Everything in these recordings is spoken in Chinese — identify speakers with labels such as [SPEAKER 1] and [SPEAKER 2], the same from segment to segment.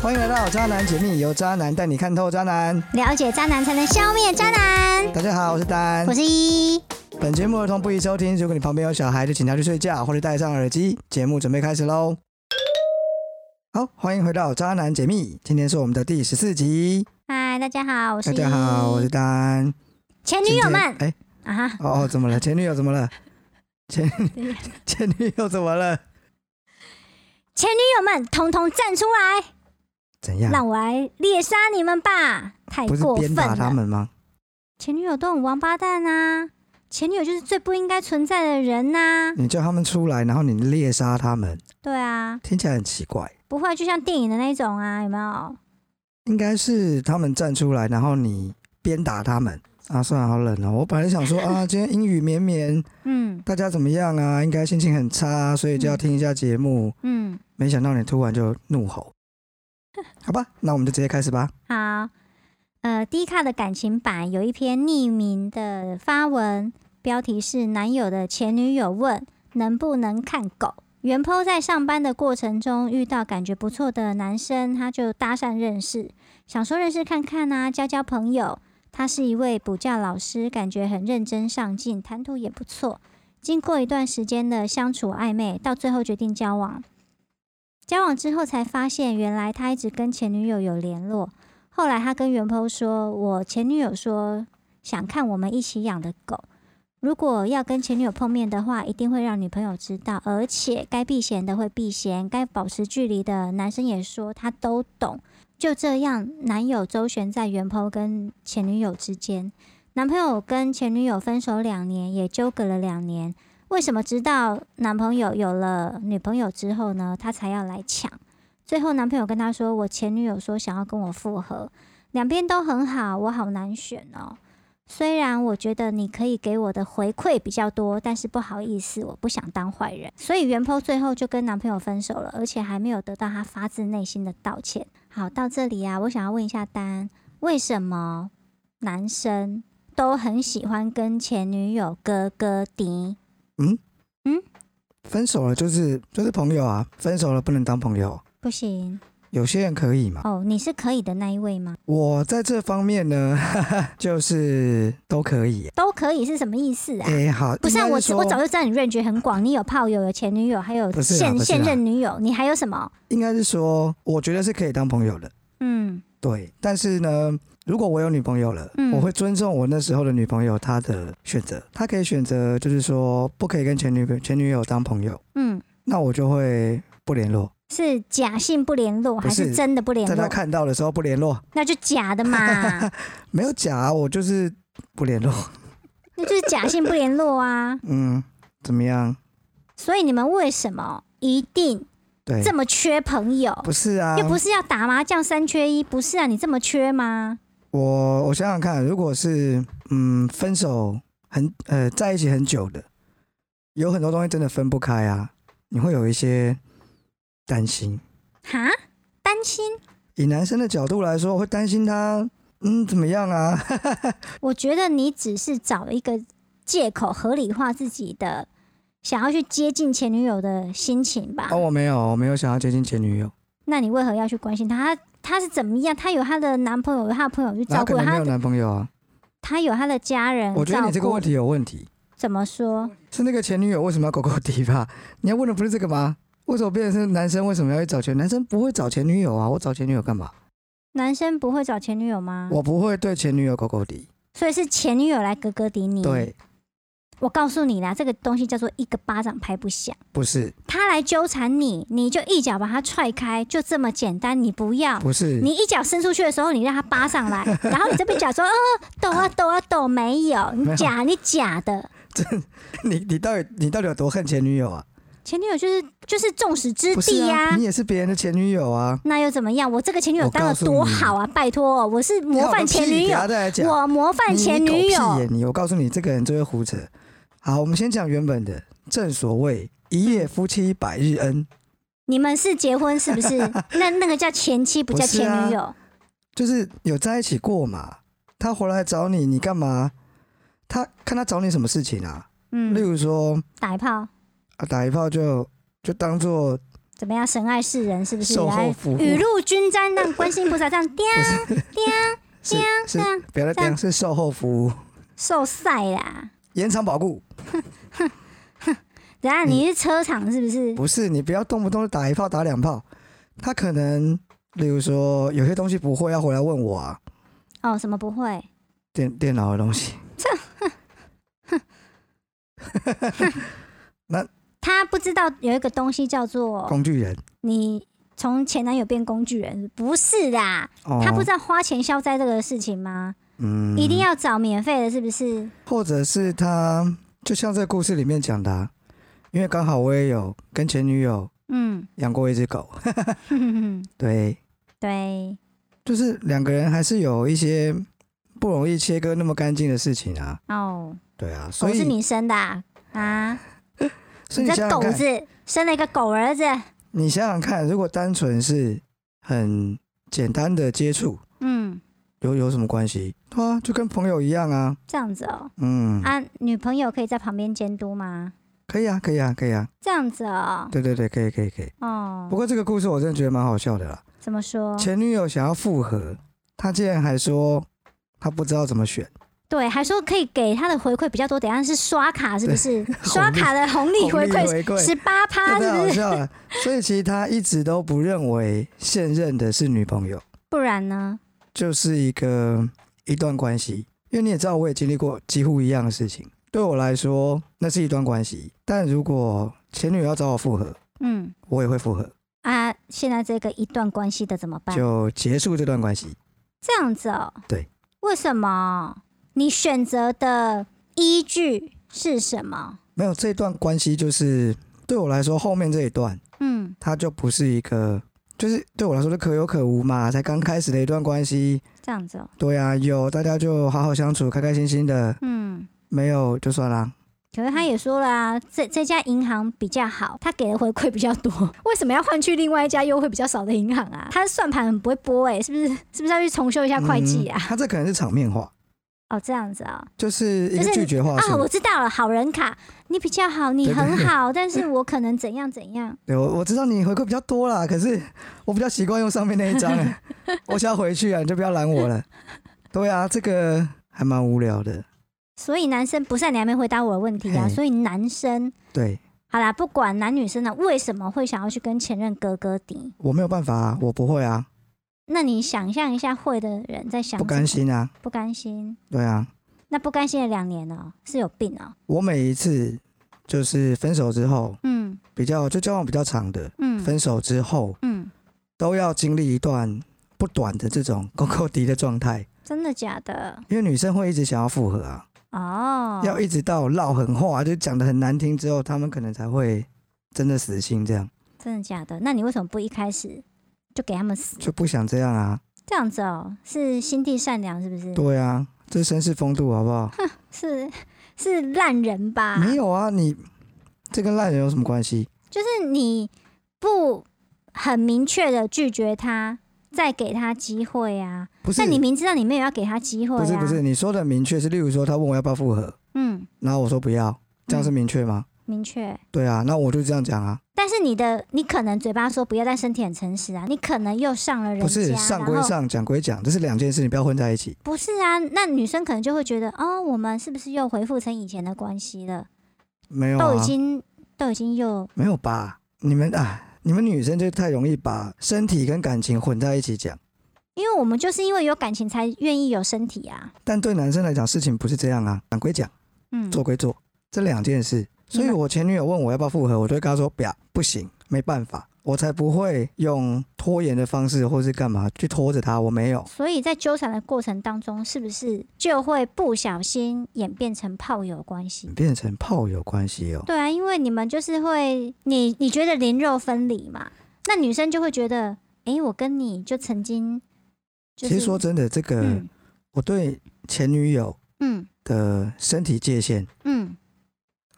[SPEAKER 1] 好，渣男解密由渣男带你看透渣男。
[SPEAKER 2] 了解渣男才能消灭渣男。
[SPEAKER 1] 大家好，我是丹
[SPEAKER 2] 我。是一，
[SPEAKER 1] 本节目儿童不宜收听，如果你旁边有小孩，就请他去睡觉或者戴上耳机。节目准备开始喽。好，欢迎回到渣男解密，今天是我们的第十四集。
[SPEAKER 2] 嗨，大家好，我是
[SPEAKER 1] 大
[SPEAKER 2] 一。
[SPEAKER 1] 家好，我是丹。
[SPEAKER 2] 前女友们
[SPEAKER 1] 今天哎、
[SPEAKER 2] 啊哈，
[SPEAKER 1] 哦哦，怎么了？前女友怎么了？ 前前女友怎么了？
[SPEAKER 2] 前女友们统统站出来，
[SPEAKER 1] 怎样？
[SPEAKER 2] 让我来猎杀你们吧！太
[SPEAKER 1] 哎不是
[SPEAKER 2] 过分
[SPEAKER 1] 鞭打他
[SPEAKER 2] 了，
[SPEAKER 1] 们吗？
[SPEAKER 2] 前女友都很王八蛋啊！前女友就是最不应该存在的人呐、
[SPEAKER 1] 你叫他们出来，然后你猎杀他们，
[SPEAKER 2] 对啊，
[SPEAKER 1] 听起来很奇怪。
[SPEAKER 2] 不会就像电影的那种啊，有没有？
[SPEAKER 1] 应该是他们站出来，然后你鞭打他们啊！算了，好冷哦。我本来想说啊，今天阴雨绵绵，
[SPEAKER 2] 嗯
[SPEAKER 1] 大家怎么样啊？应该心情很差啊，所以就要听一下节目。
[SPEAKER 2] 嗯，
[SPEAKER 1] 没想到你突然就怒吼，好吧，那我们就直接开始吧。
[SPEAKER 2] 好。呃，低卡的感情版有一篇匿名的发文，标题是“男友的前女友问能不能看狗”。原 po 在上班的过程中遇到感觉不错的男生，他就搭讪认识，想说认识看看啊，交交朋友。他是一位补教老师，感觉很认真上进，谈吐也不错。经过一段时间的相处暧昧，到最后决定交往。交往之后才发现，原来他一直跟前女友有联络。后来他跟袁鹏说：“我前女友说想看我们一起养的狗，如果要跟前女友碰面的话，一定会让女朋友知道，而且该避嫌的会避嫌，该保持距离的男生也说他都懂。”就这样，男友周旋在袁鹏跟前女友之间。男朋友跟前女友分手两年，也纠葛了两年。为什么直到男朋友有了女朋友之后呢，他才要来抢？最后男朋友跟他说：“我前女友说想要跟我复合，两边都很好，我好难选哦。虽然我觉得你可以给我的回馈比较多，但是不好意思，我不想当坏人。所以袁坡最后就跟男朋友分手了，而且还没有得到他发自内心的道歉。好，到这里啊，我想要问一下丹，为什么男生都很喜欢跟前女友哥哥迪？
[SPEAKER 1] 分手了就是就是朋友啊，分手了不能当朋友，
[SPEAKER 2] 不行
[SPEAKER 1] 有些人可以嘛。
[SPEAKER 2] 哦，你是可以的那一位吗？
[SPEAKER 1] 我在这方面呢， 就是都可以。
[SPEAKER 2] 都可以是什么意思啊？
[SPEAKER 1] 哎、好，
[SPEAKER 2] 不是、啊、
[SPEAKER 1] 应该
[SPEAKER 2] 我
[SPEAKER 1] 是，说
[SPEAKER 2] 我早就知道你 range 很广，你有炮友，有前女友，还有
[SPEAKER 1] 不是啊
[SPEAKER 2] 现
[SPEAKER 1] 不是啊
[SPEAKER 2] 现任女友，你还有什么？
[SPEAKER 1] 应该是说，我觉得是可以当朋友的。
[SPEAKER 2] 嗯
[SPEAKER 1] 对，但是呢，如果我有女朋友了，
[SPEAKER 2] 嗯
[SPEAKER 1] 我会尊重我那时候的女朋友她的选择，她可以选择就是说不可以跟前女前女友当朋友，
[SPEAKER 2] 嗯，
[SPEAKER 1] 那我就会不联络，
[SPEAKER 2] 是假性不联络还
[SPEAKER 1] 不是
[SPEAKER 2] 是真的不联
[SPEAKER 1] 在她
[SPEAKER 2] 络？
[SPEAKER 1] 看到的时候不联络，
[SPEAKER 2] 那就假的 嘛，
[SPEAKER 1] 没有假啊，我就是不联络，
[SPEAKER 2] 那就是假性不联络啊。
[SPEAKER 1] 嗯，怎么样？
[SPEAKER 2] 所以你们为什么一定
[SPEAKER 1] 对，
[SPEAKER 2] 这么缺朋友？
[SPEAKER 1] 不是啊，
[SPEAKER 2] 又不是要打麻将三缺一，不是啊？你这么缺吗？
[SPEAKER 1] 我我想想看，如果是嗯分手很呃在一起很久的，有很多东西真的分不开啊，你会有一些担心。
[SPEAKER 2] 哈，担心？
[SPEAKER 1] 以男生的角度来说，会担心他嗯怎么样啊？
[SPEAKER 2] 我觉得你只是找一个借口合理化自己的想要去接近前女友的心情吧。
[SPEAKER 1] 哦，我没有，我没有想要接近前女友，
[SPEAKER 2] 那你为何要去关心她？她她是怎么样？她有她的男朋友，有她的朋嗯友去
[SPEAKER 1] 然
[SPEAKER 2] 照
[SPEAKER 1] 后可
[SPEAKER 2] 顾
[SPEAKER 1] 能没
[SPEAKER 2] 她
[SPEAKER 1] 有，男朋友啊。
[SPEAKER 2] 她有她的家人
[SPEAKER 1] 我觉得
[SPEAKER 2] 照
[SPEAKER 1] 你这个
[SPEAKER 2] 顾
[SPEAKER 1] 问。题有问题，
[SPEAKER 2] 怎么说？
[SPEAKER 1] 是那个前女友为什么要狗狗提吧？你要问的不是这个吗？为什么变成是男生为什么要去找前？男生不会找前女友啊，我找前女友干嘛？
[SPEAKER 2] 男生不会找前女友吗？
[SPEAKER 1] 我不会对前女友狗狗提。
[SPEAKER 2] 所以是前女友来格格迪你。，
[SPEAKER 1] 对，
[SPEAKER 2] 我告诉你啦，这个东西叫做一个巴掌拍不响。
[SPEAKER 1] 不是，
[SPEAKER 2] 他来纠缠你，你就一脚把他踹开，就这么简单。你不要，
[SPEAKER 1] 不是。
[SPEAKER 2] 你一脚伸出去的时候，你让他扒 上来，然后你这边假说，哦，抖啊抖啊抖，没有，
[SPEAKER 1] 没
[SPEAKER 2] 你
[SPEAKER 1] 有
[SPEAKER 2] 假你假的。
[SPEAKER 1] 你你到底你到底有多恨前女友啊？
[SPEAKER 2] 前女友就是就是众矢之
[SPEAKER 1] 不是
[SPEAKER 2] 的呀、
[SPEAKER 1] 啊，你也是别人的前女友啊，
[SPEAKER 2] 那又怎么样？我这个前女友
[SPEAKER 1] 我
[SPEAKER 2] 当的
[SPEAKER 1] 告诉
[SPEAKER 2] 多
[SPEAKER 1] 你
[SPEAKER 2] 好啊！拜托、我是模范前女
[SPEAKER 1] 你
[SPEAKER 2] 友
[SPEAKER 1] 好个屁等一下，再来讲。
[SPEAKER 2] 我模范
[SPEAKER 1] 你
[SPEAKER 2] 前
[SPEAKER 1] 你
[SPEAKER 2] 女
[SPEAKER 1] 狗屁
[SPEAKER 2] 友。
[SPEAKER 1] 耶你！我告诉你，这个人就会胡扯。好，我们先讲原本的。正所谓一
[SPEAKER 2] 嗯
[SPEAKER 1] 夜夫妻百日恩，
[SPEAKER 2] 你们是结婚是 不是？那那个叫前妻，不
[SPEAKER 1] 不
[SPEAKER 2] 叫
[SPEAKER 1] 是
[SPEAKER 2] 前
[SPEAKER 1] 啊
[SPEAKER 2] 女友。
[SPEAKER 1] 就是有在一起过嘛。他回来找你，你干嘛？他看他找你什么事情啊？例
[SPEAKER 2] 嗯，
[SPEAKER 1] 如说
[SPEAKER 2] 打一炮。
[SPEAKER 1] 啊，打一炮就就当做
[SPEAKER 2] 怎么样神爱世人，是不是？
[SPEAKER 1] 售后
[SPEAKER 2] 来
[SPEAKER 1] 服务
[SPEAKER 2] 雨露均沾，让观世音菩萨这样叮
[SPEAKER 1] 是
[SPEAKER 2] 这
[SPEAKER 1] 是，
[SPEAKER 2] 样
[SPEAKER 1] 不要再
[SPEAKER 2] 这样
[SPEAKER 1] 讲是售后服务，
[SPEAKER 2] 受晒啦。
[SPEAKER 1] 延长保固，
[SPEAKER 2] 等下
[SPEAKER 1] 嗯
[SPEAKER 2] 你是车厂是不是？
[SPEAKER 1] 不是你不要动不动就打一炮打两炮，他可能例如说有些东西不会要回来问我啊，
[SPEAKER 2] 哦，什么不会？
[SPEAKER 1] 电电脑的东西，
[SPEAKER 2] 他不知道有一个东西叫做
[SPEAKER 1] 工具人
[SPEAKER 2] 你从前男友变工具人，不是啦？
[SPEAKER 1] 哦，
[SPEAKER 2] 他不知道花钱消灾这个事情吗？
[SPEAKER 1] 嗯
[SPEAKER 2] 一定要找免费的，是不是？
[SPEAKER 1] 或者是他就像这个故事里面讲的啊、因为刚好我也有跟前女友
[SPEAKER 2] 嗯，
[SPEAKER 1] 养过一只狗，
[SPEAKER 2] 哼哼哼
[SPEAKER 1] 对，
[SPEAKER 2] 对，
[SPEAKER 1] 就是两个人还是有一些不容易切割那么干净的事情啊，
[SPEAKER 2] 哦，
[SPEAKER 1] 对啊，所
[SPEAKER 2] 狗
[SPEAKER 1] 以
[SPEAKER 2] 是你生的啊？啊
[SPEAKER 1] 所以
[SPEAKER 2] 你
[SPEAKER 1] 你想
[SPEAKER 2] 这
[SPEAKER 1] 想
[SPEAKER 2] 狗
[SPEAKER 1] 看，
[SPEAKER 2] 子生了一个狗儿子，
[SPEAKER 1] 你想想看，如果单纯是很简单的接触，
[SPEAKER 2] 嗯，
[SPEAKER 1] 有有什么关系？对啊，就跟朋友一样啊，
[SPEAKER 2] 这样子哦。
[SPEAKER 1] 嗯，
[SPEAKER 2] 啊，女朋友可以在旁边监督吗？
[SPEAKER 1] 可以啊，可以啊，可以啊，
[SPEAKER 2] 这样子哦，
[SPEAKER 1] 对对对，可以可以可以。
[SPEAKER 2] 哦
[SPEAKER 1] 不，过这个故事我真的觉得蛮好笑的啦。
[SPEAKER 2] 怎么说？
[SPEAKER 1] 前女友想要复合，他竟然还说他不知道怎么选，
[SPEAKER 2] 对，还说可以给他的回馈比较多，等一下是刷卡是不 是？
[SPEAKER 1] 利
[SPEAKER 2] 刷卡的红利回
[SPEAKER 1] 红利
[SPEAKER 2] 馈
[SPEAKER 1] 回馈，
[SPEAKER 2] 十八
[SPEAKER 1] 那
[SPEAKER 2] 趴是
[SPEAKER 1] 太好
[SPEAKER 2] 不是？
[SPEAKER 1] 笑了。所以其实他一直都不认为现任的是女朋友，
[SPEAKER 2] 不然呢？
[SPEAKER 1] 就是一个一段关系。因为你也知道，我也经历过几乎一样的事情。对我来说，那是一段关系。但如果前女友要找我复合，
[SPEAKER 2] 嗯
[SPEAKER 1] 我也会复合，
[SPEAKER 2] 啊，现在这个一段关系的怎么办？
[SPEAKER 1] 就结束这段关系。
[SPEAKER 2] 这样子哦。
[SPEAKER 1] 对。
[SPEAKER 2] 为什么？你选择的依据是什么？
[SPEAKER 1] 没有这段关系，就是对我来说，后面这一段
[SPEAKER 2] 嗯
[SPEAKER 1] 它就不是一个，就是对我来说就可有可无嘛，才刚开始的一段关系。
[SPEAKER 2] 这样子哦。
[SPEAKER 1] 对啊，有大家就好好相处，开开心心的，
[SPEAKER 2] 嗯。
[SPEAKER 1] 没有就算啦。
[SPEAKER 2] 可是他也说了啊，这这家银行比较好，他给的回馈比较多， 为什么要换去另外一家优惠比较少的银行啊？他算盘很不会拨哎、是不是？是不是要去重修一下会计啊
[SPEAKER 1] 嗯？他这可能是场面话，
[SPEAKER 2] 哦，这样子啊、
[SPEAKER 1] 嗯哦就是一
[SPEAKER 2] 就
[SPEAKER 1] 个
[SPEAKER 2] 是
[SPEAKER 1] 拒绝话术。
[SPEAKER 2] 啊，我知道了，好人卡，你比较好，你
[SPEAKER 1] 对对
[SPEAKER 2] 很好，但是我可能怎样怎样，
[SPEAKER 1] 对我我知道你回馈比较多啦，可是我比较习惯用上面那一张、 欸，我想要回去啊，你就不要拦我了。对啊，这个还蛮无聊的。
[SPEAKER 2] 所以男生不是你还没回答我的问题啊，
[SPEAKER 1] 嘿
[SPEAKER 2] 所以男生
[SPEAKER 1] 对
[SPEAKER 2] 好啦，不管男女生呢，为什么会想要去跟前任哥哥敌？
[SPEAKER 1] 我没有办法、啊，我不会啊，
[SPEAKER 2] 那你想象一下，会的人在想
[SPEAKER 1] 不甘
[SPEAKER 2] 什么，
[SPEAKER 1] 心啊。
[SPEAKER 2] 不甘心，
[SPEAKER 1] 对啊，
[SPEAKER 2] 那不甘心了两年哦，是有病哦，
[SPEAKER 1] 我每一次就是分手之后，
[SPEAKER 2] 嗯
[SPEAKER 1] 比较就交往比较长的，
[SPEAKER 2] 嗯
[SPEAKER 1] 分手之后
[SPEAKER 2] 嗯，
[SPEAKER 1] 都要经历一段不短的这种勾勾敌的状态，
[SPEAKER 2] 真的假的？
[SPEAKER 1] 因为女生会一直想要复合啊，
[SPEAKER 2] 哦，
[SPEAKER 1] 要一直到唠狠话，就讲的很难听之后，他们可能才会真的死心，这样
[SPEAKER 2] 真的假的？那你为什么不一开始就给他们死？
[SPEAKER 1] 就不想这样啊。
[SPEAKER 2] 这样子哦，是心地善良是不是？
[SPEAKER 1] 对啊，这绅士风度好不好？
[SPEAKER 2] 是是烂人吧？
[SPEAKER 1] 没有啊，你这跟烂人有什么关系？
[SPEAKER 2] 就是你不很明确的拒绝他，再给他机会啊。
[SPEAKER 1] 不是
[SPEAKER 2] 但你明知道你没有要给他机会啊，
[SPEAKER 1] 不是不是，你说的很明确是，例如说他问我要不要复合，
[SPEAKER 2] 嗯，
[SPEAKER 1] 然后我说不要，这样是明确吗？
[SPEAKER 2] 明确。
[SPEAKER 1] 对啊，那我就这样讲啊。
[SPEAKER 2] 但是你的你可能嘴巴说不要，但身体很诚实啊。你可能又上了人家，
[SPEAKER 1] 不是上归
[SPEAKER 2] 然后
[SPEAKER 1] 上，讲归讲，这是两件事，你不要混在一起。
[SPEAKER 2] 不是啊。那女生可能就会觉得哦，我们是不是又恢复成以前的关系了？
[SPEAKER 1] 没有、啊，
[SPEAKER 2] 都已经都已经又
[SPEAKER 1] 没有吧？你们啊，你们女生就太容易把身体跟感情混在一起讲，
[SPEAKER 2] 因为我们就是因为有感情才愿意有身体啊。
[SPEAKER 1] 但对男生来讲，事情不是这样啊，讲归讲，
[SPEAKER 2] 嗯，
[SPEAKER 1] 做归做，这两件事。所以
[SPEAKER 2] 明白
[SPEAKER 1] 我前女友问我要不要复合，我就会跟她说不要，不行，没办法，我才不会用拖延的方式或是干嘛去拖着她，我没有。
[SPEAKER 2] 所以在纠缠的过程当中，是不是就会不小心演变成炮友关系？
[SPEAKER 1] 变成炮友关系哦，
[SPEAKER 2] 对啊，因为你们就是会，你你觉得灵肉分离嘛，那女生就会觉得，诶，我跟你就曾经、就是，
[SPEAKER 1] 其实说真的，这个、
[SPEAKER 2] 嗯
[SPEAKER 1] 我对前女友
[SPEAKER 2] 嗯
[SPEAKER 1] 的身体界限，
[SPEAKER 2] 嗯，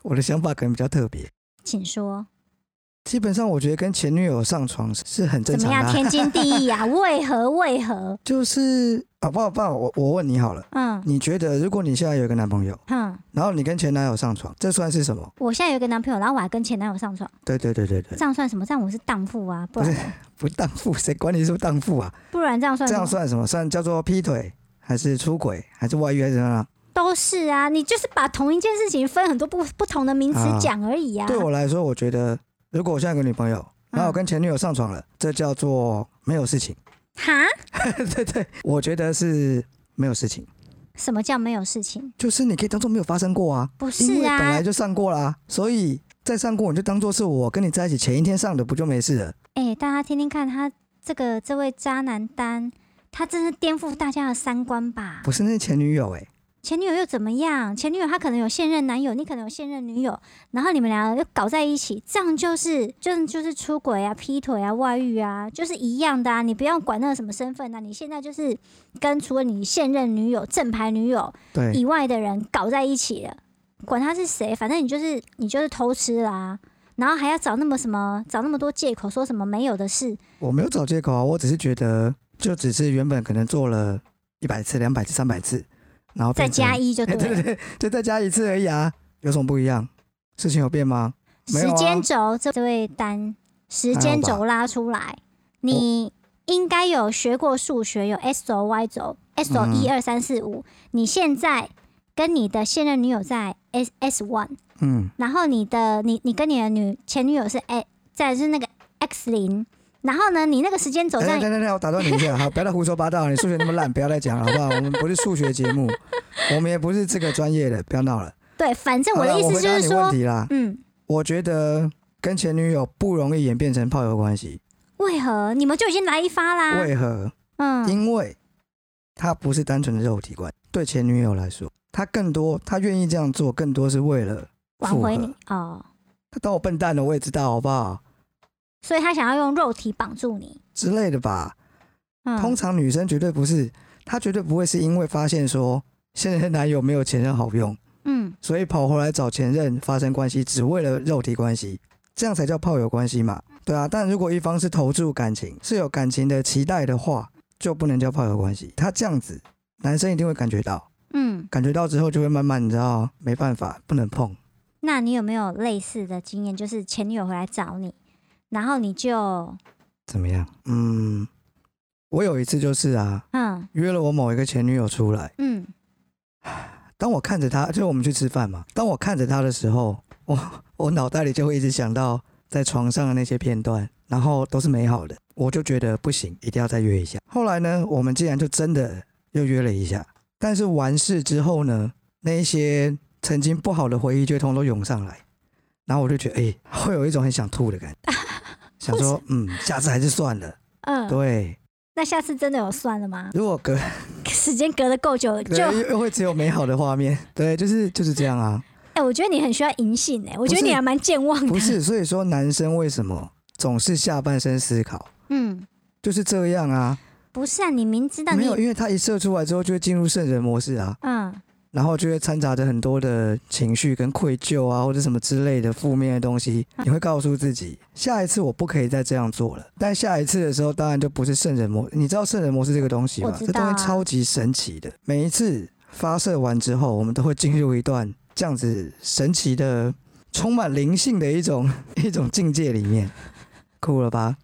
[SPEAKER 1] 我的想法可能比较特别。
[SPEAKER 2] 请说，
[SPEAKER 1] 基本上我觉得跟前女友上床是是很正
[SPEAKER 2] 怎么
[SPEAKER 1] 常的啊、
[SPEAKER 2] 样？天经地义 啊？为何？为何？
[SPEAKER 1] 就是啊，不好不好，我我问你好了，
[SPEAKER 2] 嗯
[SPEAKER 1] 你觉得如果你现在有一个男朋友，
[SPEAKER 2] 哼、
[SPEAKER 1] 然后你跟前男友上床，这算是什么？
[SPEAKER 2] 我现在有一个男朋友，然后我还跟前男友上床，
[SPEAKER 1] 对对对对对
[SPEAKER 2] 这，样算什么？这样我是荡妇啊，不然呢
[SPEAKER 1] 不荡妇，谁管你是不是荡妇啊？
[SPEAKER 2] 不然这样算
[SPEAKER 1] 这
[SPEAKER 2] 什么
[SPEAKER 1] 样算什么？算叫做劈腿，还是出轨，还是外遇，还是怎么样？
[SPEAKER 2] 都是啊，你就是把同一件事情分很多不不同的名词
[SPEAKER 1] 啊
[SPEAKER 2] 讲而已啊。
[SPEAKER 1] 对我来说，我觉得如果我现在有个女朋友，
[SPEAKER 2] 嗯
[SPEAKER 1] 然后我跟前女友上床了，这叫做没有事情。
[SPEAKER 2] 哈，
[SPEAKER 1] 对对，我觉得是没有事情，
[SPEAKER 2] 什么叫没有事情？
[SPEAKER 1] 就是你可以当做没有发生过啊，
[SPEAKER 2] 不
[SPEAKER 1] 因
[SPEAKER 2] 是
[SPEAKER 1] 为本
[SPEAKER 2] 啊
[SPEAKER 1] 来，就上过啦、所以再上过你就当做是我跟你在一起前一天上的，不就没事了？
[SPEAKER 2] 哎、大家听听看，他这个这位渣男丹，他真是颠覆大家的三观吧？
[SPEAKER 1] 不是那是前女友哎、
[SPEAKER 2] 前女友又怎么样？前女友她可能有现任男友，你可能有现任女友，然后你们俩又搞在一起，这样就是就是就是出轨啊、劈腿啊、外遇啊，就是一样的啊。你不要管那个什么身份啊，你现在就是跟除了你现任女友、正牌女友
[SPEAKER 1] 对
[SPEAKER 2] 以外的人搞在一起了，管他是谁，反正你就是你就是偷吃啦、啊然后还要找那么什么，找那么多借口，说什么没有的事，
[SPEAKER 1] 我没有找借口啊，我只是觉得就只是原本可能做了一百次、两百次、三百次，然后
[SPEAKER 2] 再
[SPEAKER 1] 变成
[SPEAKER 2] 加一就对
[SPEAKER 1] 哎对
[SPEAKER 2] 了。
[SPEAKER 1] 对对，就再加一次而已啊，有什么不一样？事情有变吗？没有
[SPEAKER 2] 时
[SPEAKER 1] 啊
[SPEAKER 2] 间轴这这位单，时间轴拉出来，
[SPEAKER 1] 哦
[SPEAKER 2] 你应该有学过数学，有 x 轴、y 轴，x 轴
[SPEAKER 1] 嗯
[SPEAKER 2] 一二三四五。你现在跟你的现任女友在 s s one，
[SPEAKER 1] 嗯，
[SPEAKER 2] 然后你的你你跟你的女前女友是 a，再来是那个 x 零，然后呢，你那个时间轴
[SPEAKER 1] 等哎等
[SPEAKER 2] 在
[SPEAKER 1] 等等等，我打断你一下，好， 不要再胡说八道，你数学那么烂，不要再讲了，好不好？我们不是数学节目，我们也不是这个专业的，不要闹了。
[SPEAKER 2] 对，反正我
[SPEAKER 1] 好
[SPEAKER 2] 的
[SPEAKER 1] 了
[SPEAKER 2] 意
[SPEAKER 1] 我
[SPEAKER 2] 思
[SPEAKER 1] 回答
[SPEAKER 2] 就
[SPEAKER 1] 你
[SPEAKER 2] 是
[SPEAKER 1] 问
[SPEAKER 2] 说，
[SPEAKER 1] 题啦，
[SPEAKER 2] 嗯，
[SPEAKER 1] 我觉得跟前女友不容易演变成炮友关系，
[SPEAKER 2] 为何你们就已经来一发啦？
[SPEAKER 1] 为何？
[SPEAKER 2] 啊嗯，
[SPEAKER 1] 因为他不是单纯的肉体关，对前女友来说，他更多，他愿意这样做，更多是为了
[SPEAKER 2] 挽
[SPEAKER 1] 复
[SPEAKER 2] 回
[SPEAKER 1] 合
[SPEAKER 2] 你。哦，
[SPEAKER 1] 他当我笨蛋了，我也知道，好不好？
[SPEAKER 2] 所以他想要用肉体绑住你。
[SPEAKER 1] 之类的吧。
[SPEAKER 2] 嗯，
[SPEAKER 1] 通常女生绝对不是，她绝对不会是因为发现说现任男友没有前任好用，
[SPEAKER 2] 嗯，
[SPEAKER 1] 所以跑回来找前任发生关系，只为了肉体关系，这样才叫炮友关系嘛？对啊。但如果一方是投注感情，是有感情的期待的话，就不能叫炮友关系。他这样子，男生一定会感觉到，
[SPEAKER 2] 嗯，
[SPEAKER 1] 感觉到之后就会慢慢，你知道，没办法，不能碰。
[SPEAKER 2] 那你有没有类似的经验？就是前女友回来找你，然后你就
[SPEAKER 1] 怎么样？嗯，我有一次就是啊，
[SPEAKER 2] 嗯
[SPEAKER 1] 约了我某一个前女友出来。
[SPEAKER 2] 嗯
[SPEAKER 1] 当我看着他，就是我们去吃饭嘛。当我看着他的时候，我我脑袋里就会一直想到在床上的那些片段，然后都是美好的，我就觉得不行，一定要再约一下。后来呢，我们竟然就真的又约了一下，但是完事之后呢，那一些曾经不好的回忆就通通都涌上来，然后我就觉得，哎、会有一种很想吐的感 觉，想说，嗯，下次还是算了。
[SPEAKER 2] 嗯，
[SPEAKER 1] 对，
[SPEAKER 2] 那下次真的有算了吗？
[SPEAKER 1] 如果隔
[SPEAKER 2] 时间隔得够久，就
[SPEAKER 1] 对
[SPEAKER 2] 哎、
[SPEAKER 1] 又又会只有美好的画面，对，就是就是这样啊。
[SPEAKER 2] 哎我觉得你很需要银杏哎，我觉
[SPEAKER 1] 不
[SPEAKER 2] 得
[SPEAKER 1] 是
[SPEAKER 2] 你还蛮健忘的。
[SPEAKER 1] 不，是，所以说男生为什么总是下半身思考，
[SPEAKER 2] 嗯，
[SPEAKER 1] 就是这样啊？
[SPEAKER 2] 不是啊，你明知道
[SPEAKER 1] 没
[SPEAKER 2] 你
[SPEAKER 1] 有，因为他一射出来之后就会进入圣人模式啊，
[SPEAKER 2] 嗯
[SPEAKER 1] 然后就会掺杂着很多的情绪跟愧疚啊，或者什么之类的负面的东西。
[SPEAKER 2] 嗯
[SPEAKER 1] 你会告诉自己，下一次我不可以再这样做了。但下一次的时候，当然就不是圣人模，你知道圣人模式这个东西吗？
[SPEAKER 2] 我知
[SPEAKER 1] 这东
[SPEAKER 2] 道啊
[SPEAKER 1] 西超级神奇的，每一次发射完之后，我们都会进入一段这样子神奇的、充满灵性的一种 一种境界里面。酷了吧？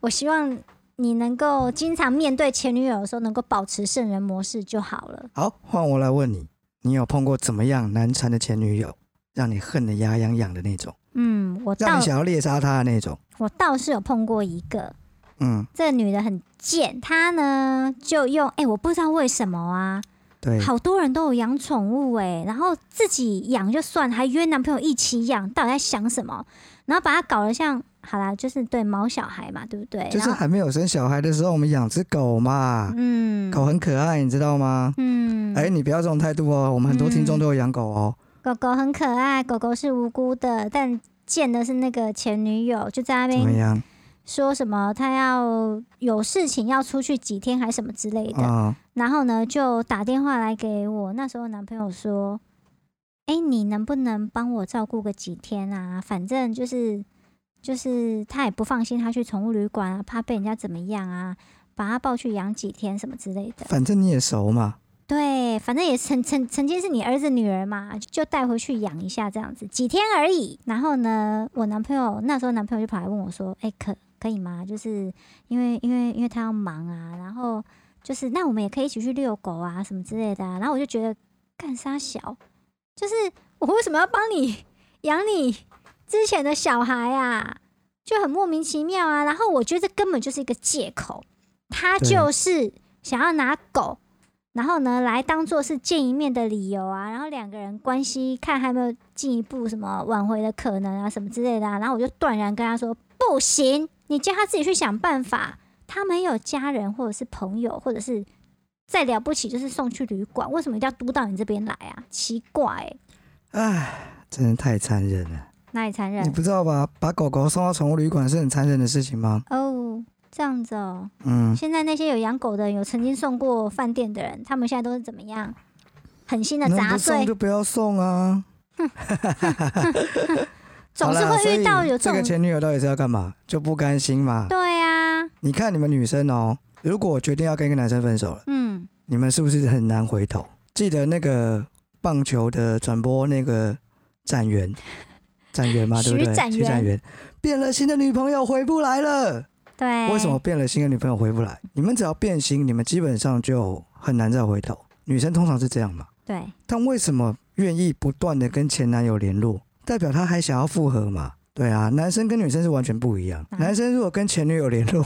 [SPEAKER 2] 我希望你能够经常面对前女友的时候，能够保持圣人模式就好了。
[SPEAKER 1] 好，换我来问你，你有碰过怎么样难缠的前女友，让你恨得牙痒痒的那种，
[SPEAKER 2] 嗯，我
[SPEAKER 1] 让
[SPEAKER 2] 倒
[SPEAKER 1] 你想要猎杀她的那种？
[SPEAKER 2] 我倒是有碰过一个，
[SPEAKER 1] 嗯，
[SPEAKER 2] 这女的很贱，她呢就用哎、我不知道为什么啊，
[SPEAKER 1] 对。
[SPEAKER 2] 好多人都有养宠物哎、然后自己养就算，还约男朋友一起养，到底在想什么？然后把她搞得像，好啦，就是对毛小孩嘛，对不对？
[SPEAKER 1] 就是啊
[SPEAKER 2] 然后
[SPEAKER 1] 还没有生小孩的时候，我们养只狗嘛，
[SPEAKER 2] 嗯
[SPEAKER 1] 狗很可爱，你知道吗？
[SPEAKER 2] 嗯，
[SPEAKER 1] 哎、你不要这种态度哦，我们很多听众
[SPEAKER 2] 嗯
[SPEAKER 1] 都有养狗哦。
[SPEAKER 2] 狗狗很可爱，狗狗是无辜的，但贱的是那个前女友，就在那
[SPEAKER 1] 怎么
[SPEAKER 2] 边
[SPEAKER 1] 样
[SPEAKER 2] 说什么她要有事情要出去几天还什么之类的。
[SPEAKER 1] 啊、
[SPEAKER 2] 然后呢，就打电话来给我那时候男朋友说，哎，你能不能帮我照顾个几天啊？反正就是就是他也不放心他去宠物旅馆啊，怕被人家怎么样啊，把他抱去养几天什么之类的。
[SPEAKER 1] 反正你也熟嘛，
[SPEAKER 2] 对，反正也曾曾曾经是你儿子女儿嘛，就带回去养一下这样子，几天而已。然后呢，我男朋友那时候男朋友就跑来问我说：“哎，可可以吗？就是因为因为因为他要忙啊，然后就是那我们也可以一起去遛狗啊什么之类的、啊。”然后我就觉得干啥小，就是我为什么要帮你养你之前的小孩啊？就很莫名其妙啊。然后我觉得这根本就是一个借口，他
[SPEAKER 1] 对
[SPEAKER 2] 就是想要拿狗。然后呢，来当做是见一面的理由啊，然后两个人关系看还有没有进一步什么挽回的可能啊，什么之类的、啊。然后我就断然跟他说，不行，你叫他自己去想办法。他没有家人或者是朋友，或者是再了不起就是送去旅馆，为什么一定要督到你这边来啊？奇怪、欸，
[SPEAKER 1] 唉，真的太残忍了。
[SPEAKER 2] 哪里残
[SPEAKER 1] 你
[SPEAKER 2] 忍？
[SPEAKER 1] 不知道吧？把狗狗送到宠物旅馆是很残忍的事情吗？
[SPEAKER 2] 哦，这样子哦。
[SPEAKER 1] 嗯，
[SPEAKER 2] 现在那些有养狗的，有曾经送过饭店的人，他们现在都是怎么样？狠心的
[SPEAKER 1] 能
[SPEAKER 2] 砸
[SPEAKER 1] 不送
[SPEAKER 2] 碎，
[SPEAKER 1] 就不要送啊。
[SPEAKER 2] 总是
[SPEAKER 1] 好啦所
[SPEAKER 2] 会
[SPEAKER 1] 以
[SPEAKER 2] 遇到有
[SPEAKER 1] 这
[SPEAKER 2] 这
[SPEAKER 1] 个
[SPEAKER 2] 种。
[SPEAKER 1] 前女友到底是要干嘛？就不甘心嘛。
[SPEAKER 2] 对啊，
[SPEAKER 1] 你看你们女生哦，如果决定要跟一个男生分手了，
[SPEAKER 2] 嗯，
[SPEAKER 1] 你们是不是很难回头？记得那个棒球的转播那个展员，展员嘛，对不
[SPEAKER 2] 徐
[SPEAKER 1] 对？
[SPEAKER 2] 展
[SPEAKER 1] 徐展员变了心的女朋友回不来了。
[SPEAKER 2] 对。
[SPEAKER 1] 为什么？变了心的女朋友回不来？你们只要变心，你们基本上就很难再回头。女生通常是这样嘛。
[SPEAKER 2] 对，
[SPEAKER 1] 但为什么愿意不断的跟前男友联络，代表他还想要复合嘛？对啊，男生跟女生是完全不一样。
[SPEAKER 2] 啊
[SPEAKER 1] 男生如果跟前女友联络，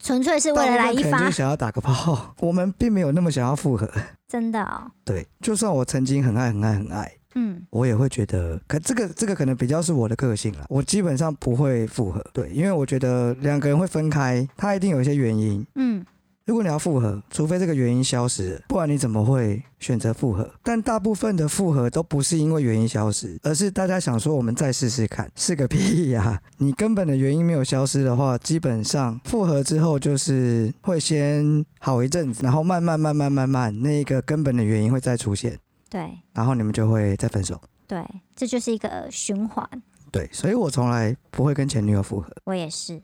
[SPEAKER 2] 纯粹是为
[SPEAKER 1] 大部
[SPEAKER 2] 了
[SPEAKER 1] 分
[SPEAKER 2] 来一
[SPEAKER 1] 可能
[SPEAKER 2] 发
[SPEAKER 1] 就，想要打个炮。我们并没有那么想要复合。
[SPEAKER 2] 真的哦。
[SPEAKER 1] 对，就算我曾经很爱很爱很爱，
[SPEAKER 2] 嗯，
[SPEAKER 1] 我也会觉得，可这个这个可能比较是我的个性啦。我基本上不会复合，对，因为我觉得两个人会分开，他一定有一些原因。
[SPEAKER 2] 嗯，
[SPEAKER 1] 如果你要复合，除非这个原因消失了，不然你怎么会选择复合？但大部分的复合都不是因为原因消失，而是大家想说我们再试试看，是个屁呀、 你根本的原因没有消失的话，基本上复合之后就是会先好一阵子，然后慢慢慢慢慢慢，那个根本的原因会再出现，
[SPEAKER 2] 对
[SPEAKER 1] 然后你们就会再分手。
[SPEAKER 2] 对，这就是一个循环。
[SPEAKER 1] 对，所以我从来不会跟前女友复合，
[SPEAKER 2] 我也是，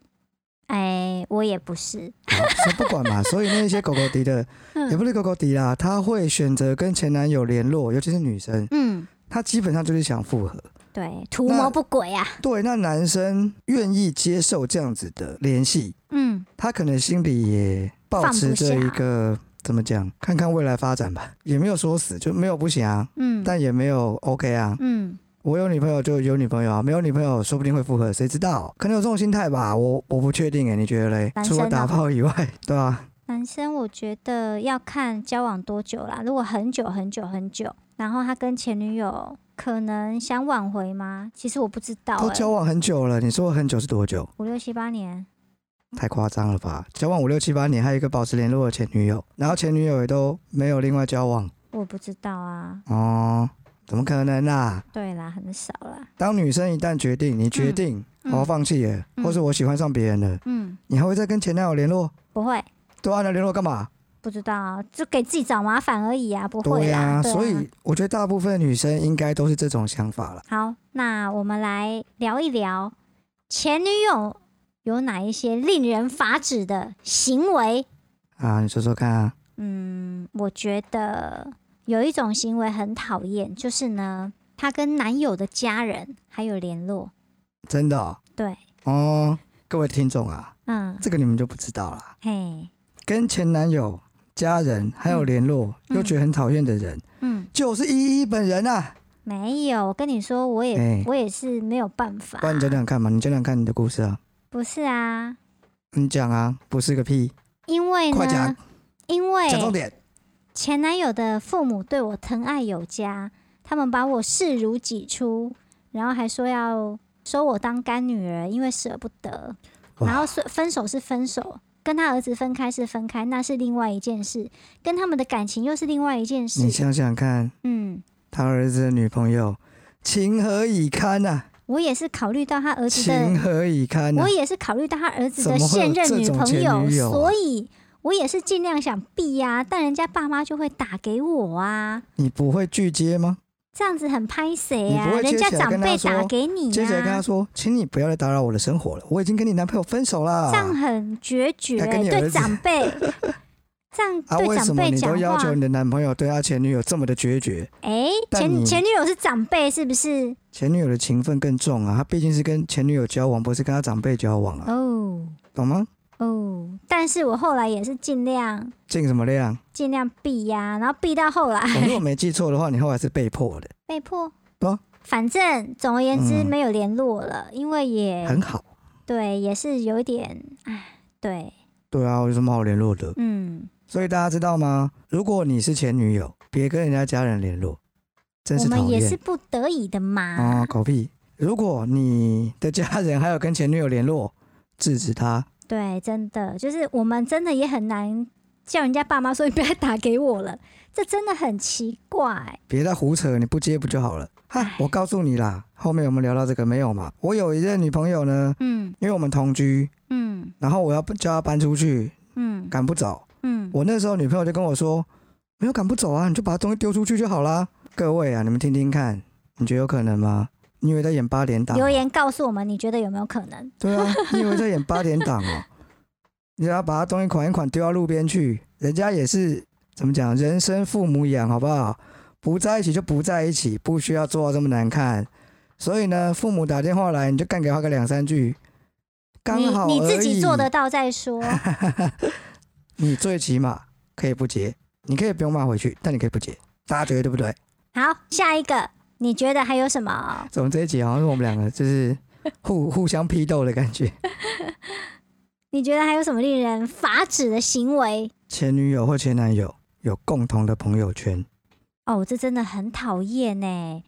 [SPEAKER 2] 哎，我也不是。
[SPEAKER 1] 好所以啊不管嘛。所以那些狗狗敌的，
[SPEAKER 2] 嗯
[SPEAKER 1] 也不是狗狗敌啦，她会选择跟前男友联络，尤其是女生，
[SPEAKER 2] 嗯，
[SPEAKER 1] 她基本上就是想复合。
[SPEAKER 2] 对，图谋不轨啊。
[SPEAKER 1] 对，那男生愿意接受这样子的联系，
[SPEAKER 2] 嗯，
[SPEAKER 1] 他可能心里也保持着
[SPEAKER 2] 放不
[SPEAKER 1] 一
[SPEAKER 2] 下
[SPEAKER 1] 个怎么讲，看看未来发展吧，也没有说死，就没有不行啊，
[SPEAKER 2] 嗯，
[SPEAKER 1] 但也没有 OK 啊。
[SPEAKER 2] 嗯，
[SPEAKER 1] 我有女朋友就有女朋友啊，没有女朋友说不定会复合，谁知道？可能有这种心态吧，我我不确定哎、你觉得嘞？
[SPEAKER 2] 男生
[SPEAKER 1] 除了打
[SPEAKER 2] 哦
[SPEAKER 1] 炮以外，对啊，
[SPEAKER 2] 男生我觉得要看交往多久啦。如果很久很久很久，然后他跟前女友可能想挽回吗？其实我不知道、
[SPEAKER 1] 都交
[SPEAKER 2] 欸，
[SPEAKER 1] 往很久了，你说很久是多久？
[SPEAKER 2] 五六七八年。
[SPEAKER 1] 太夸张了吧！交往五六七八年，还有一个保持联络的前女友，然后前女友也都没有另外交往
[SPEAKER 2] 我不知道啊，
[SPEAKER 1] 哦，怎么可能啊？
[SPEAKER 2] 对啦，很少啦，
[SPEAKER 1] 当女生一旦决定，你决定、
[SPEAKER 2] 嗯
[SPEAKER 1] 我要放弃了，
[SPEAKER 2] 嗯
[SPEAKER 1] 或是我喜欢上别人了，
[SPEAKER 2] 嗯，
[SPEAKER 1] 你还会再跟前男友联络？
[SPEAKER 2] 不会，
[SPEAKER 1] 对啊，那联络干嘛？
[SPEAKER 2] 不知道啊，就给自己找麻烦而已啊，不会
[SPEAKER 1] 对
[SPEAKER 2] 啦，
[SPEAKER 1] 啊，
[SPEAKER 2] 对啊
[SPEAKER 1] 所以我觉得大部分女生应该都是这种想法了。
[SPEAKER 2] 好，那我们来聊一聊前女友有哪一些令人发指的行为。
[SPEAKER 1] 啊，你说说看啊。
[SPEAKER 2] 嗯，我觉得有一种行为很讨厌，就是呢，她跟男友的家人还有联络。
[SPEAKER 1] 真的哦、
[SPEAKER 2] 对，
[SPEAKER 1] 哦，各位听众啊，
[SPEAKER 2] 嗯，
[SPEAKER 1] 这个你们就不知道啦。
[SPEAKER 2] 嘿，
[SPEAKER 1] 跟前男友、家人还有联络，
[SPEAKER 2] 嗯
[SPEAKER 1] 又觉得很讨厌的人，
[SPEAKER 2] 嗯，
[SPEAKER 1] 就是依依本人啊。
[SPEAKER 2] 没有，我跟你说，我也、
[SPEAKER 1] 哎
[SPEAKER 2] 我也是没有办法
[SPEAKER 1] 不。然你讲讲看嘛，你讲讲看你的故事啊，
[SPEAKER 2] 不是啊，
[SPEAKER 1] 你讲啊，不是个屁，
[SPEAKER 2] 因为
[SPEAKER 1] 快啊
[SPEAKER 2] 呢
[SPEAKER 1] 讲，
[SPEAKER 2] 因为
[SPEAKER 1] 讲重点。
[SPEAKER 2] 前男友的父母对我疼爱有加，他们把我视如己出，然后还说要收我当干女儿，因为舍不得。
[SPEAKER 1] 哇
[SPEAKER 2] 然后说分手是分手，跟他儿子分开是分开，那是另外一件事，跟他们的感情又是另外一件
[SPEAKER 1] 你
[SPEAKER 2] 事。
[SPEAKER 1] 想想看，
[SPEAKER 2] 嗯，
[SPEAKER 1] 他儿子的女朋友情何以堪呐、
[SPEAKER 2] 我也是考虑到他儿子
[SPEAKER 1] 情
[SPEAKER 2] 的，
[SPEAKER 1] 何以堪啊呐、
[SPEAKER 2] 我也是考虑到他儿子的
[SPEAKER 1] 怎么会有
[SPEAKER 2] 现任女
[SPEAKER 1] 这种
[SPEAKER 2] 朋友，
[SPEAKER 1] 前女友啊
[SPEAKER 2] 所以我也是尽量想避呀、但人家爸妈就会打给我啊。
[SPEAKER 1] 你不会拒接吗？
[SPEAKER 2] 这样子很拍谁
[SPEAKER 1] 你
[SPEAKER 2] 呀
[SPEAKER 1] 不？会
[SPEAKER 2] 人
[SPEAKER 1] 接
[SPEAKER 2] 家
[SPEAKER 1] 起来
[SPEAKER 2] 长
[SPEAKER 1] 跟他
[SPEAKER 2] 辈
[SPEAKER 1] 说
[SPEAKER 2] 打给你啊
[SPEAKER 1] 接
[SPEAKER 2] 呀、
[SPEAKER 1] 着跟他说：“请你不要再打扰我的生活了，我已经跟你男朋友分手了。
[SPEAKER 2] 这样很决绝、
[SPEAKER 1] 啊要跟你
[SPEAKER 2] 对
[SPEAKER 1] 儿子
[SPEAKER 2] 长辈， 这样
[SPEAKER 1] 啊，
[SPEAKER 2] 对
[SPEAKER 1] 为什
[SPEAKER 2] 长
[SPEAKER 1] 么
[SPEAKER 2] 辈
[SPEAKER 1] 你
[SPEAKER 2] 讲
[SPEAKER 1] 都要求
[SPEAKER 2] 话
[SPEAKER 1] 你，的男朋友对他前女友这么的决绝？
[SPEAKER 2] 哎、
[SPEAKER 1] 但
[SPEAKER 2] 前
[SPEAKER 1] 你
[SPEAKER 2] 前女友是长辈是不是？
[SPEAKER 1] 前女友的情分更重啊，他毕竟是跟前女友交往，不是跟他长辈交往啊，
[SPEAKER 2] 哦
[SPEAKER 1] 懂吗？
[SPEAKER 2] 哦，但是我后来也是尽量
[SPEAKER 1] 尽什么 量？
[SPEAKER 2] 尽量避呀、然后避到后来
[SPEAKER 1] 我如果没记错的话，你后来是被迫的，
[SPEAKER 2] 被迫。
[SPEAKER 1] 哦
[SPEAKER 2] 反正总而言之
[SPEAKER 1] 嗯
[SPEAKER 2] 没有联络了，因为也
[SPEAKER 1] 很好。
[SPEAKER 2] 对，也是有一点，哎，对，
[SPEAKER 1] 对啊，有什么好联络的？
[SPEAKER 2] 嗯，
[SPEAKER 1] 所以大家知道吗？如果你是前女友，别跟人家家人联络，真
[SPEAKER 2] 我
[SPEAKER 1] 是讨
[SPEAKER 2] 们也
[SPEAKER 1] 厌
[SPEAKER 2] 是不得已的嘛，
[SPEAKER 1] 啊！狗屁！如果你的家人还有跟前女友联络，制止他，
[SPEAKER 2] 对，真的就是我们真的也很难叫人家爸妈说你不要再打给我了，这真的很奇怪。
[SPEAKER 1] 别再胡扯，你不接不就好了？哈
[SPEAKER 2] 唉，
[SPEAKER 1] 我告诉你啦，后面我们聊到这个没有嘛？我有一任女朋友呢，
[SPEAKER 2] 嗯
[SPEAKER 1] 因为我们同居，
[SPEAKER 2] 嗯
[SPEAKER 1] 然后我要叫她搬出去，
[SPEAKER 2] 嗯
[SPEAKER 1] 赶不走。
[SPEAKER 2] 嗯，
[SPEAKER 1] 我那时候女朋友就跟我说，没有赶不走啊，你就把东西丢出去就好啦。各位啊，你们听听看，你觉得有可能吗？你以为在演八点档？
[SPEAKER 2] 留言告诉我们你觉得有没有可能？
[SPEAKER 1] 对啊，你以为在演八点档哦？ 你要把他东西款一款丢到路边去，人家也是怎么讲，人生父母养，好不好？不在一起就不在一起，不需要做到这么难看。所以呢，父母打电话来，你就干给他个两三句，刚
[SPEAKER 2] 你
[SPEAKER 1] 好
[SPEAKER 2] 你自己做得
[SPEAKER 1] 而
[SPEAKER 2] 到再 说。哦
[SPEAKER 1] 已，你最起码可以不接，你可以不用骂回去，但你可以不接，大家觉得对不对？
[SPEAKER 2] 好，下一个，你觉得还有什么？
[SPEAKER 1] 怎么这一集好像是我们两个就是互 互相批斗的感觉？
[SPEAKER 2] 你觉得还有什么令人发指的行为？
[SPEAKER 1] 前女友或前男友有共同的朋友圈，
[SPEAKER 2] 哦，这真的很讨厌呢。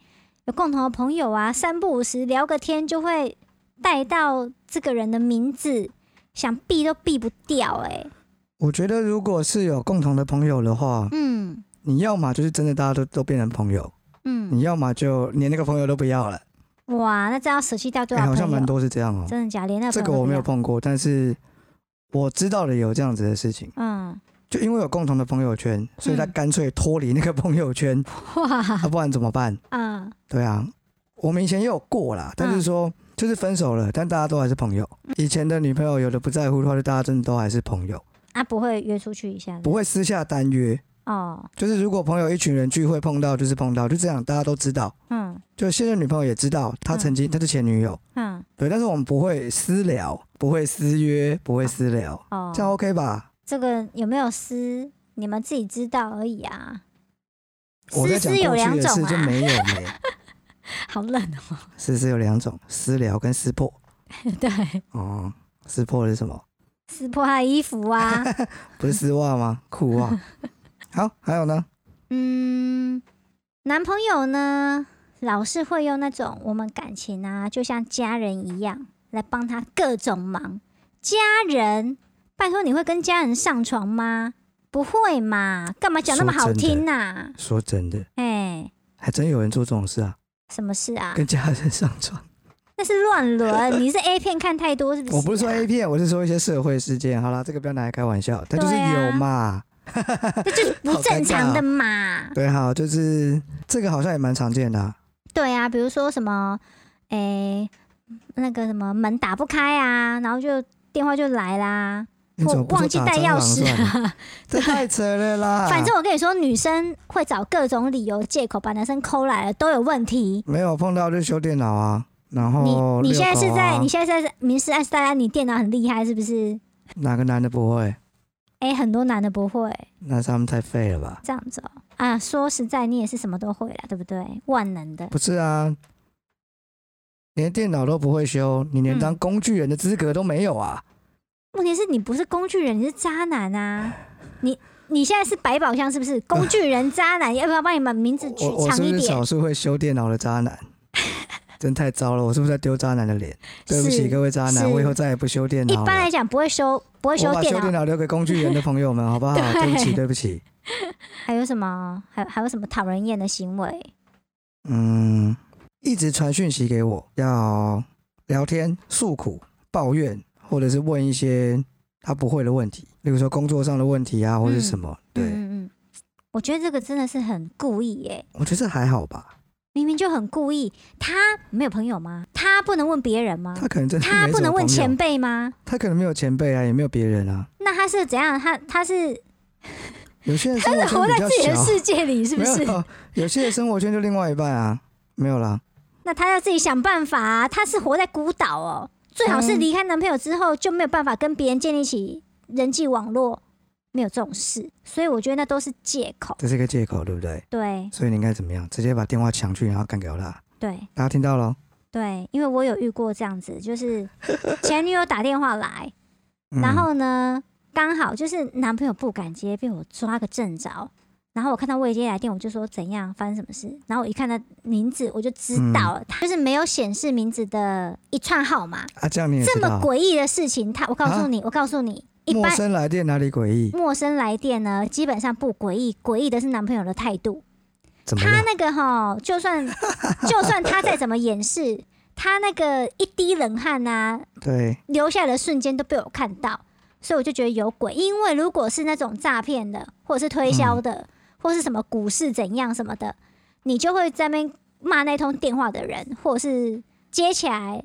[SPEAKER 2] 有共同的朋友啊，三不五时聊个天就会带到这个人的名字，想避都避不掉哎。
[SPEAKER 1] 我觉得如果是有共同的朋友的话，
[SPEAKER 2] 嗯
[SPEAKER 1] 你要么就是真的大家都 都变成朋友，
[SPEAKER 2] 嗯，
[SPEAKER 1] 你要么就连那个朋友都不要了。
[SPEAKER 2] 哇，那这样舍弃掉多
[SPEAKER 1] 哎
[SPEAKER 2] 少
[SPEAKER 1] 好
[SPEAKER 2] 啊朋
[SPEAKER 1] 像蛮
[SPEAKER 2] 友？
[SPEAKER 1] 多是这样哦、
[SPEAKER 2] 真的假的？连那
[SPEAKER 1] 这
[SPEAKER 2] 朋
[SPEAKER 1] 个
[SPEAKER 2] 友都
[SPEAKER 1] 我
[SPEAKER 2] 不
[SPEAKER 1] 没
[SPEAKER 2] 要
[SPEAKER 1] 有碰过，但是我知道的有这样子的事情，
[SPEAKER 2] 嗯，
[SPEAKER 1] 就因为有共同的朋友圈，所以他
[SPEAKER 2] 嗯
[SPEAKER 1] 干脆脱离那个朋友圈，
[SPEAKER 2] 哇，
[SPEAKER 1] 啊，不然怎么办？
[SPEAKER 2] 嗯
[SPEAKER 1] 对啊，我们以前也有过啦，但是说就是分手了，但大家都还是朋友。
[SPEAKER 2] 嗯
[SPEAKER 1] 以前的女朋友有的不在乎的话，就大家真的都还是朋友，
[SPEAKER 2] 啊，不会约出去一下的
[SPEAKER 1] 不会私下单约。
[SPEAKER 2] 哦，
[SPEAKER 1] 就是如果朋友一群人聚会碰到，就是碰到，就这样，大家都知道。
[SPEAKER 2] 嗯
[SPEAKER 1] 就现任女朋友也知道，她曾经她是前女友，
[SPEAKER 2] 嗯
[SPEAKER 1] 对，但是我们不会私聊，不会私约，不会私聊，
[SPEAKER 2] 哦，
[SPEAKER 1] 这样 OK 吧？
[SPEAKER 2] 这个有没有私，你们自己知道而已啊。
[SPEAKER 1] 我在
[SPEAKER 2] 私
[SPEAKER 1] 讲
[SPEAKER 2] 私有
[SPEAKER 1] 过去
[SPEAKER 2] 两
[SPEAKER 1] 的
[SPEAKER 2] 种
[SPEAKER 1] 事就
[SPEAKER 2] 啊，
[SPEAKER 1] 没有没，
[SPEAKER 2] 好冷哦。
[SPEAKER 1] 私私有两种，私聊跟撕破。
[SPEAKER 2] 对，
[SPEAKER 1] 哦，撕破的是什么？
[SPEAKER 2] 撕破他的衣服啊。
[SPEAKER 1] 不是丝袜吗？裤袜。好，还有呢？
[SPEAKER 2] 嗯，男朋友呢，老是会用那种我们感情啊，就像家人一样，来帮他各种忙。家人，拜托你会跟家人上床吗？不会嘛，干嘛讲那么好听呐、
[SPEAKER 1] 说真的，
[SPEAKER 2] 哎、
[SPEAKER 1] 还真有人做这种事啊，
[SPEAKER 2] 什么事啊？
[SPEAKER 1] 跟家人上床。
[SPEAKER 2] 那是乱伦，你是 A 片看太多是不 是、
[SPEAKER 1] 我不是说 A 片，我是说一些社会事件。好啦，这个不要拿来开玩笑，但就是
[SPEAKER 2] 对啊
[SPEAKER 1] 有嘛。
[SPEAKER 2] 这就是不正常的嘛。
[SPEAKER 1] 对，啊好，就是这个好像也蛮常见的、啊。
[SPEAKER 2] 对啊，比如说什么，诶、那个什么门打不开啊，然后就电话就来啦，
[SPEAKER 1] 你怎
[SPEAKER 2] 或
[SPEAKER 1] 么不说
[SPEAKER 2] 忘记
[SPEAKER 1] 打
[SPEAKER 2] 带
[SPEAKER 1] 蟑
[SPEAKER 2] 钥
[SPEAKER 1] 螂
[SPEAKER 2] 匙
[SPEAKER 1] 算了？
[SPEAKER 2] 啊。
[SPEAKER 1] 这太扯了啦！
[SPEAKER 2] 反正我跟你说，女生会找各种理由、借口把男生抠来了，都有问题。
[SPEAKER 1] 没有碰到就修电脑啊，然后
[SPEAKER 2] 你你
[SPEAKER 1] 遛
[SPEAKER 2] 现在是
[SPEAKER 1] 狗
[SPEAKER 2] 在
[SPEAKER 1] 啊
[SPEAKER 2] 你现在是在明示暗示大家你电脑很厉害是不是？
[SPEAKER 1] 哪个男的不会？
[SPEAKER 2] 诶，很多男的不会
[SPEAKER 1] 那是他们太废了吧？
[SPEAKER 2] 这样子哦、啊。说实在，你也是什么都会啦，对不对？万能的。
[SPEAKER 1] 不是啊，连电脑都不会修，你连
[SPEAKER 2] 嗯
[SPEAKER 1] 当工具人的资格都没有啊！
[SPEAKER 2] 问题是你不是工具人，你是渣男啊！你你现在是百宝箱是 不是？工具人、渣男，要不要帮你把名字取
[SPEAKER 1] 我我
[SPEAKER 2] 长
[SPEAKER 1] 是不
[SPEAKER 2] 嗯一
[SPEAKER 1] 是
[SPEAKER 2] 点
[SPEAKER 1] 少？数会修电脑的渣男？ 真太糟了，我是不是在丢渣男的脸？对不
[SPEAKER 2] 是
[SPEAKER 1] 起各位渣
[SPEAKER 2] 是
[SPEAKER 1] 男，我以后再也不修电
[SPEAKER 2] 一
[SPEAKER 1] 脑
[SPEAKER 2] 般
[SPEAKER 1] 了。
[SPEAKER 2] 来讲不会修，不会
[SPEAKER 1] 我
[SPEAKER 2] 修
[SPEAKER 1] 把
[SPEAKER 2] 电
[SPEAKER 1] 修电
[SPEAKER 2] 脑。
[SPEAKER 1] 脑留给工具人的朋友们，好不好？
[SPEAKER 2] 对
[SPEAKER 1] 对不起，对不起。
[SPEAKER 2] 还有什么？还还有什么讨人厌的行为？
[SPEAKER 1] 嗯，一直传讯息给我，要聊天、诉苦、抱怨，或者是问一些他不会的问题，例如说工作上的问题啊，或者什么。对，
[SPEAKER 2] 嗯嗯嗯嗯，我觉得这个真的是很故意耶、
[SPEAKER 1] 我觉得这还好吧。
[SPEAKER 2] 明明就很故意。他没有朋友吗？他不能问别人吗？
[SPEAKER 1] 他可能真的
[SPEAKER 2] 啊他
[SPEAKER 1] 没
[SPEAKER 2] 不
[SPEAKER 1] 什么
[SPEAKER 2] 能问
[SPEAKER 1] 朋友
[SPEAKER 2] 前，辈吗？
[SPEAKER 1] 他可能没有前辈啊，也没有别人啊。
[SPEAKER 2] 那他是怎样？他他是
[SPEAKER 1] 有些人生活圈
[SPEAKER 2] 活在
[SPEAKER 1] 比较
[SPEAKER 2] 自己的
[SPEAKER 1] 小，
[SPEAKER 2] 世界里，是不是
[SPEAKER 1] 没？有？有些人生活圈就另外一半啊，没有啦。
[SPEAKER 2] 那他要自己想办法、啊。他是活在孤岛哦，最好是
[SPEAKER 1] 嗯
[SPEAKER 2] 离开男朋友之后就没有办法跟别人建立起人际网络，没有这种事。所以我觉得那都是借口。
[SPEAKER 1] 这是一个借口，对不对？
[SPEAKER 2] 对
[SPEAKER 1] 所以你应该怎么样？直接把电话抢去，然后干掉他。
[SPEAKER 2] 对
[SPEAKER 1] 大家听到了？
[SPEAKER 2] 对，因为我有遇过这样子，就是前女友打电话来，
[SPEAKER 1] 嗯
[SPEAKER 2] 然后呢，刚好就是男朋友不敢接，被我抓个正着。然后我看到未接来电，我就说怎样发生什么事。然后我一看他名字，我就知道了，他就是没有显示名字的一串号码。
[SPEAKER 1] 啊，这样你也
[SPEAKER 2] 这
[SPEAKER 1] 知
[SPEAKER 2] 么
[SPEAKER 1] 道，
[SPEAKER 2] 诡异的事情，他我告诉
[SPEAKER 1] 啊
[SPEAKER 2] 你，我告诉你，一
[SPEAKER 1] 陌
[SPEAKER 2] 般
[SPEAKER 1] 生来电哪里诡异？
[SPEAKER 2] 陌生来电呢，基本上不诡异，诡异的是男朋友的态度。
[SPEAKER 1] 怎么
[SPEAKER 2] 他
[SPEAKER 1] 了？
[SPEAKER 2] 那个哈，就算就算他再怎么掩饰，他那个一滴冷汗啊，
[SPEAKER 1] 对，
[SPEAKER 2] 留下来的瞬间都被我看到，所以我就觉得有鬼。因为如果是那种诈骗的，或者是推
[SPEAKER 1] 嗯
[SPEAKER 2] 销的，或是什么股市怎样什么的，你就会在那边骂那通电话的人，或者是接起来，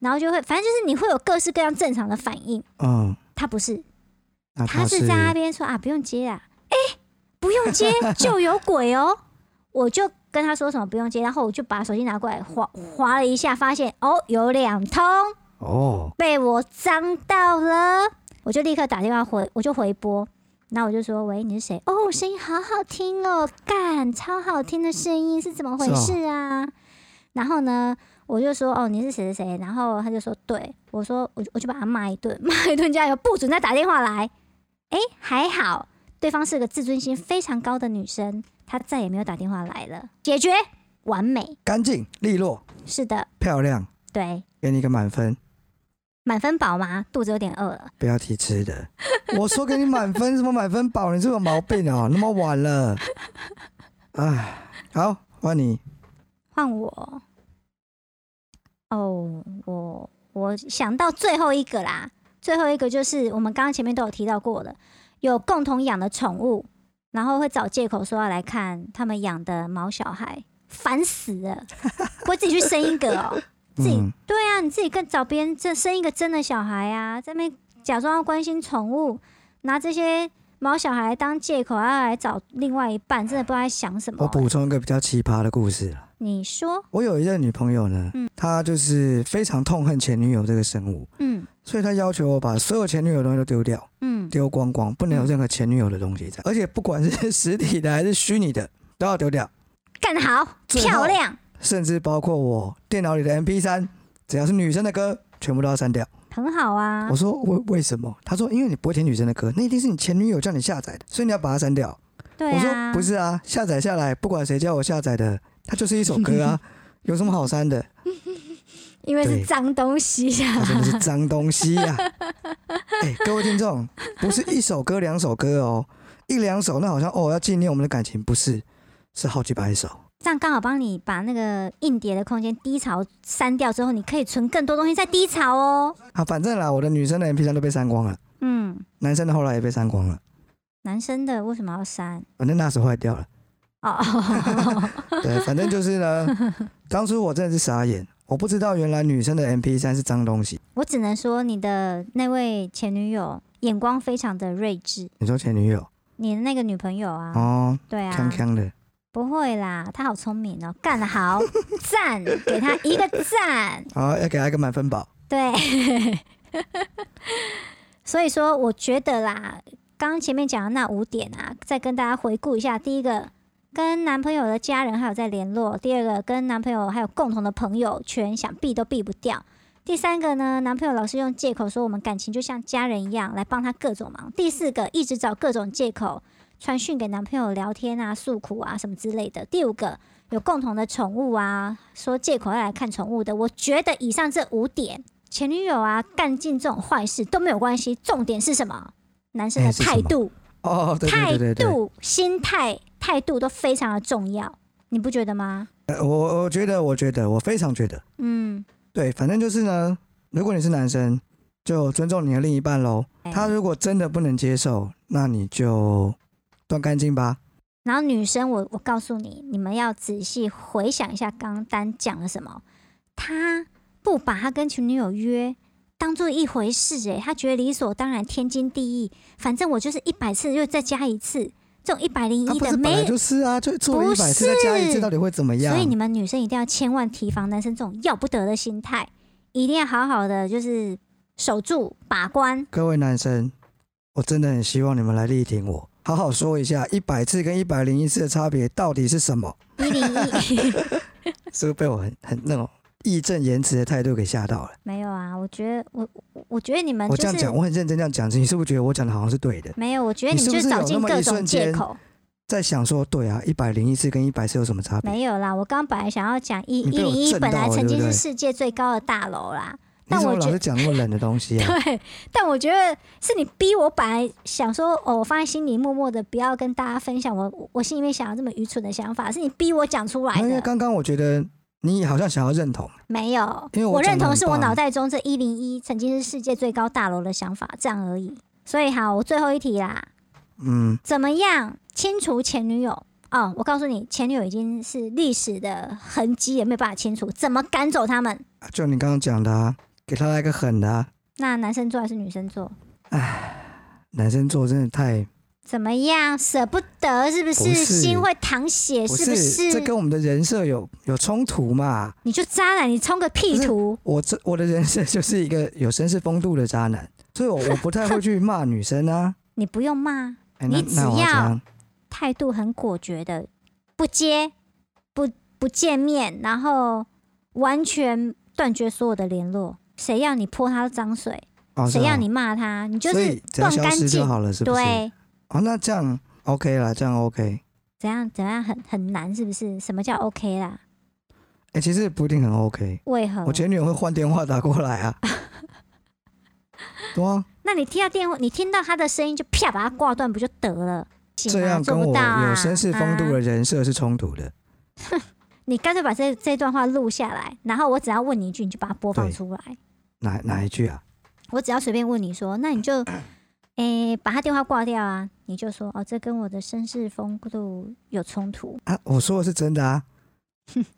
[SPEAKER 2] 然后就会，反正就是你会有各式各样正常的反应。
[SPEAKER 1] 嗯，
[SPEAKER 2] 他不是，
[SPEAKER 1] 那
[SPEAKER 2] 他
[SPEAKER 1] 他
[SPEAKER 2] 是
[SPEAKER 1] 是
[SPEAKER 2] 在那边说啊，不用接啊，哎、不 用接就有鬼哦。我就跟他说什么不用接，然后我就把手机拿过来划划了一下，发现哦有两通
[SPEAKER 1] 哦，
[SPEAKER 2] 被我脏到了，我就立刻打电话回，我就回拨。然后我就说：“喂，你是谁？哦，声音好好听哦，干，超好听的声音是怎么回
[SPEAKER 1] 是哦
[SPEAKER 2] 事啊？”然后呢，我就说：“哦，你是谁谁谁？”然后他就说：“对。”我说：“我就我就把他骂一顿， 骂一顿加油，不准再打电话来。”哎，还好，对方是个自尊心非常高的女生，她再也没有打电话来了，解决完美。
[SPEAKER 1] 干净利落
[SPEAKER 2] 是的，
[SPEAKER 1] 漂亮，
[SPEAKER 2] 对，
[SPEAKER 1] 给你一个满分。满
[SPEAKER 2] 满分宝吗？肚子有点饿了。
[SPEAKER 1] 不要提吃的， 我说给你满分，什么满分宝？你是不是有毛病哦？ 那么晚了，哎，好，换你。
[SPEAKER 2] 换我。哦，我我想到最后一个啦，最后一个就是我们刚刚前面都有提到过的，有共同养的宠物，然后会找借口说要来看他们养的毛小孩，烦死了！不会自己去生一个哦？ 自己
[SPEAKER 1] 嗯，
[SPEAKER 2] 对啊，你自己跟找别人这生一个真的小孩啊，在那边假装要关心宠物，拿这些毛小孩当借口要来找另外一半，真的不知道在想什么
[SPEAKER 1] 我
[SPEAKER 2] 欸、
[SPEAKER 1] 补充一个比较奇葩的故事啦
[SPEAKER 2] 你说，
[SPEAKER 1] 我有一任女朋友呢，
[SPEAKER 2] 嗯
[SPEAKER 1] 她就是非常痛恨前女友这个生物，
[SPEAKER 2] 嗯
[SPEAKER 1] 所以她要求我把所有前女友的东西都丢掉，
[SPEAKER 2] 嗯。
[SPEAKER 1] 丢光光，不能有任何前女友的东西在，而且不管是实体的还是虚拟的都要丢掉，
[SPEAKER 2] 干好，
[SPEAKER 1] 最
[SPEAKER 2] 漂
[SPEAKER 1] 后
[SPEAKER 2] 亮，
[SPEAKER 1] 甚至包括我电脑里的 MP 3只要是女生的歌，全部都要删掉。
[SPEAKER 2] 很好啊
[SPEAKER 1] 我。说为为什么？她说因为你不会听女生的歌，那一定是你前女友叫你下载的，所以你要把它删掉。
[SPEAKER 2] 对
[SPEAKER 1] 我
[SPEAKER 2] 啊，
[SPEAKER 1] 说不是啊，下载下来，不管谁叫我下载的，它就是一首歌 啊，有什么好删的？
[SPEAKER 2] 因为是
[SPEAKER 1] 对
[SPEAKER 2] 脏东西
[SPEAKER 1] 它
[SPEAKER 2] 啊。
[SPEAKER 1] 真的是脏东西呀、 哎、各位听众，不是一首歌、两首歌哦，一两首那好像哦要纪念我们的感情，不是，是好几百首。
[SPEAKER 2] 这样刚好帮你把那个硬碟的空间低潮删掉之后，你可以存更多东西在低潮哦。
[SPEAKER 1] 啊，反正啦，我的女生的 MP 三都被删光了，
[SPEAKER 2] 嗯，
[SPEAKER 1] 男生的后来也被删光了，
[SPEAKER 2] 男生的为什么要删？
[SPEAKER 1] 反正那时候坏掉了。
[SPEAKER 2] 哦，
[SPEAKER 1] 对，反正就是呢，当初我真的是傻眼，我不知道原来女生的 MP 三是脏东西。
[SPEAKER 2] 我只能说你的那位前女友眼光非常的睿智，
[SPEAKER 1] 你说前女友
[SPEAKER 2] 你的那个女朋友啊，
[SPEAKER 1] 哦，
[SPEAKER 2] 对啊，
[SPEAKER 1] 锵锵的，
[SPEAKER 2] 不会啦，她好聪明哦，干 得好，赞，给她一个赞。
[SPEAKER 1] 好，哦要给他一个满分宝。
[SPEAKER 2] 对， 所以说我觉得啦，刚刚前面讲的那五点啊，再跟大家回顾一下：第一个，跟男朋友的家人还有在联络；第二个，跟男朋友还有共同的朋友圈，想避都避不掉；第三个呢，男朋友老是用借口说我们感情就像家人一样来帮他各种忙；第四个，一直找各种借口传讯给男朋友聊天啊、诉苦啊什么之类的；第五个。有共同的宠物啊，说借口要来看宠物的，我觉得以上这五点前女友啊干尽这种坏事都没有关系，重点是什么？男生的
[SPEAKER 1] 哎是什
[SPEAKER 2] 态
[SPEAKER 1] 么
[SPEAKER 2] 度、
[SPEAKER 1] 哦，对对对对对，
[SPEAKER 2] 态度、心态、态度都非常的重要，你不觉得吗？
[SPEAKER 1] 呃我我觉得，我觉得，我非常觉得。
[SPEAKER 2] 嗯，
[SPEAKER 1] 对，反正就是呢，如果你是男生，就尊重你的另一半喽。
[SPEAKER 2] 哎
[SPEAKER 1] 他如果真的不能接受，那你就断干净吧。
[SPEAKER 2] 然后女生我，我告诉你，你们要仔细回想一下刚丹讲了什么。他不把他跟前女友约当做一回事、欸，诶，他觉得理所当然、天经地义。反正我就是一百次又再加一次，这种一百零
[SPEAKER 1] 啊
[SPEAKER 2] 一
[SPEAKER 1] 不
[SPEAKER 2] 的
[SPEAKER 1] 是本
[SPEAKER 2] 没
[SPEAKER 1] 来
[SPEAKER 2] 有。
[SPEAKER 1] 就是啊，就做了一百次再
[SPEAKER 2] 不是
[SPEAKER 1] 加一次，到底会怎么样？
[SPEAKER 2] 所以你们女生一定要千万提防男生这种要不得的心态，一定要好好的就是守住把关。
[SPEAKER 1] 各位男生，我真的很希望你们来力挺我，好好说一下一百次跟一百零一次的差别到底是什么。
[SPEAKER 2] 一零一
[SPEAKER 1] 是不是被我很很那种义正言辞的态度给吓到了？
[SPEAKER 2] 没有啊，我觉得我我我觉得你们
[SPEAKER 1] 我
[SPEAKER 2] 啊就
[SPEAKER 1] 这样
[SPEAKER 2] 是
[SPEAKER 1] 讲，我很认真这样讲，你是不是觉得我讲的好像是对的？
[SPEAKER 2] 没有，我觉得
[SPEAKER 1] 你
[SPEAKER 2] 你
[SPEAKER 1] 是不
[SPEAKER 2] 们就是找
[SPEAKER 1] 有那
[SPEAKER 2] 尽
[SPEAKER 1] 么
[SPEAKER 2] 各
[SPEAKER 1] 一
[SPEAKER 2] 种
[SPEAKER 1] 瞬
[SPEAKER 2] 借
[SPEAKER 1] 间
[SPEAKER 2] 口。
[SPEAKER 1] 在想说，对啊，一百零一次跟一百次有什么差别？
[SPEAKER 2] 没有啦，我刚本来想要讲一
[SPEAKER 1] 你
[SPEAKER 2] 一
[SPEAKER 1] 被我
[SPEAKER 2] 零一
[SPEAKER 1] 震
[SPEAKER 2] 本来
[SPEAKER 1] 到了
[SPEAKER 2] 曾
[SPEAKER 1] 对
[SPEAKER 2] 经
[SPEAKER 1] 不
[SPEAKER 2] 是
[SPEAKER 1] 对
[SPEAKER 2] 世界最高的大楼啦，
[SPEAKER 1] 你
[SPEAKER 2] 但
[SPEAKER 1] 怎么
[SPEAKER 2] 我
[SPEAKER 1] 老
[SPEAKER 2] 觉
[SPEAKER 1] 是讲那么冷的东西 啊？
[SPEAKER 2] 对，但我觉得是你逼我，本来想说哦，我放在心里默默的，不要跟大家分享我我我心里面想要这么愚蠢的想法，是你逼我讲出来
[SPEAKER 1] 因为
[SPEAKER 2] 的，
[SPEAKER 1] 刚刚我觉得你好像想要认同，
[SPEAKER 2] 没有，
[SPEAKER 1] 因为我
[SPEAKER 2] 我认
[SPEAKER 1] 讲得
[SPEAKER 2] 同
[SPEAKER 1] 很
[SPEAKER 2] 是我
[SPEAKER 1] 棒
[SPEAKER 2] 脑袋中这一零一曾经是世界最高大楼的想法，这样而已。所以好，我最后一题啦，
[SPEAKER 1] 嗯，
[SPEAKER 2] 怎么样清除前女友？哦，我告诉你，前女友已经是历史的痕迹，也没有办法清除，怎么赶走他们？
[SPEAKER 1] 就你刚刚讲的、啊，给他来个狠的、啊，
[SPEAKER 2] 那男生做还是女生做？
[SPEAKER 1] 男生做真的太
[SPEAKER 2] 怎么样？舍不得是不是？
[SPEAKER 1] 不是
[SPEAKER 2] 心会淌血
[SPEAKER 1] 不
[SPEAKER 2] 不是？
[SPEAKER 1] 这跟我们的人设有有冲突嘛？
[SPEAKER 2] 你就渣男，你冲个屁图！
[SPEAKER 1] 我这我的人设就是一个有绅士风度的渣男，所以我我不太会去骂女生啊。
[SPEAKER 2] 你不用骂，
[SPEAKER 1] 哎，那
[SPEAKER 2] 你只
[SPEAKER 1] 那我要怎
[SPEAKER 2] 要
[SPEAKER 1] 样？
[SPEAKER 2] 态度很果决的，不接，不不见面，然后完全断绝所有的联络。谁要你泼他脏水？
[SPEAKER 1] 哦
[SPEAKER 2] 谁
[SPEAKER 1] 是
[SPEAKER 2] 要
[SPEAKER 1] 哦
[SPEAKER 2] 你骂他？你就
[SPEAKER 1] 所
[SPEAKER 2] 是
[SPEAKER 1] 以只要
[SPEAKER 2] 断
[SPEAKER 1] 消
[SPEAKER 2] 干
[SPEAKER 1] 失就
[SPEAKER 2] 净。
[SPEAKER 1] 好了，是不是？
[SPEAKER 2] 对，
[SPEAKER 1] 哦，那这样 OK 啦，这样 OK。
[SPEAKER 2] 怎样怎样很很难，是不是？什么叫 OK 啦？
[SPEAKER 1] 哎、其实不一定很 OK。
[SPEAKER 2] 为何
[SPEAKER 1] 我？前女友会换电话打过来啊， 对啊，
[SPEAKER 2] 那你听到电话，你听到他的声音就啪把他挂断，不就得了？行
[SPEAKER 1] 这
[SPEAKER 2] 啊
[SPEAKER 1] 样
[SPEAKER 2] 做
[SPEAKER 1] 跟
[SPEAKER 2] 不
[SPEAKER 1] 我
[SPEAKER 2] 到啊
[SPEAKER 1] 有绅士风度
[SPEAKER 2] 啊
[SPEAKER 1] 的人设是冲突的。
[SPEAKER 2] 你干脆把这这段话录下来，然后我只要问你一句，你就把它播放
[SPEAKER 1] 对
[SPEAKER 2] 出来。
[SPEAKER 1] 哪哪一句啊？
[SPEAKER 2] 我只要随便问你说，那你就， 诶、把他电话挂掉啊，你就说哦，这跟我的绅士风度有冲突。
[SPEAKER 1] 啊，我说的是真的 啊。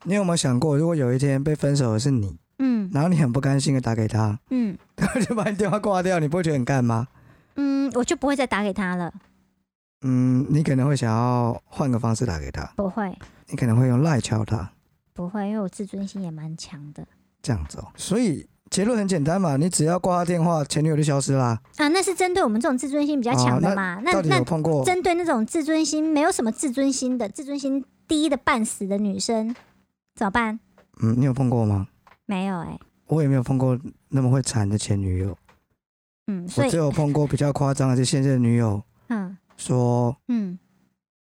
[SPEAKER 1] 你有没有想过，如果有一天被分手的是你，
[SPEAKER 2] 嗯
[SPEAKER 1] 然后你很不甘心的打给他，
[SPEAKER 2] 嗯
[SPEAKER 1] 他 就把你电话挂掉，你不会觉得很干吗？
[SPEAKER 2] 嗯，我就不会再打给他了，
[SPEAKER 1] 嗯，你可能会想要换个方式打给他，
[SPEAKER 2] 不会
[SPEAKER 1] 你可能会用赖敲他，
[SPEAKER 2] 不会，因为我自尊心也蛮强的
[SPEAKER 1] 这样子哦。所以结论很简单嘛，你只要挂他电话，前女友就消失啦。
[SPEAKER 2] 啊。那是针对我们这种自尊心比较强的嘛？那
[SPEAKER 1] 到底有
[SPEAKER 2] 那
[SPEAKER 1] 碰过？
[SPEAKER 2] 针对那种自尊心没有什么自尊心的、自尊心低的半死的女生，怎么办？
[SPEAKER 1] 嗯，你有碰过吗？
[SPEAKER 2] 没有哎、
[SPEAKER 1] 我也没有碰过那么会缠的前女友，
[SPEAKER 2] 嗯，所
[SPEAKER 1] 我
[SPEAKER 2] 以
[SPEAKER 1] 只有碰过比较夸张的，是现任女友
[SPEAKER 2] 嗯
[SPEAKER 1] 说
[SPEAKER 2] 嗯。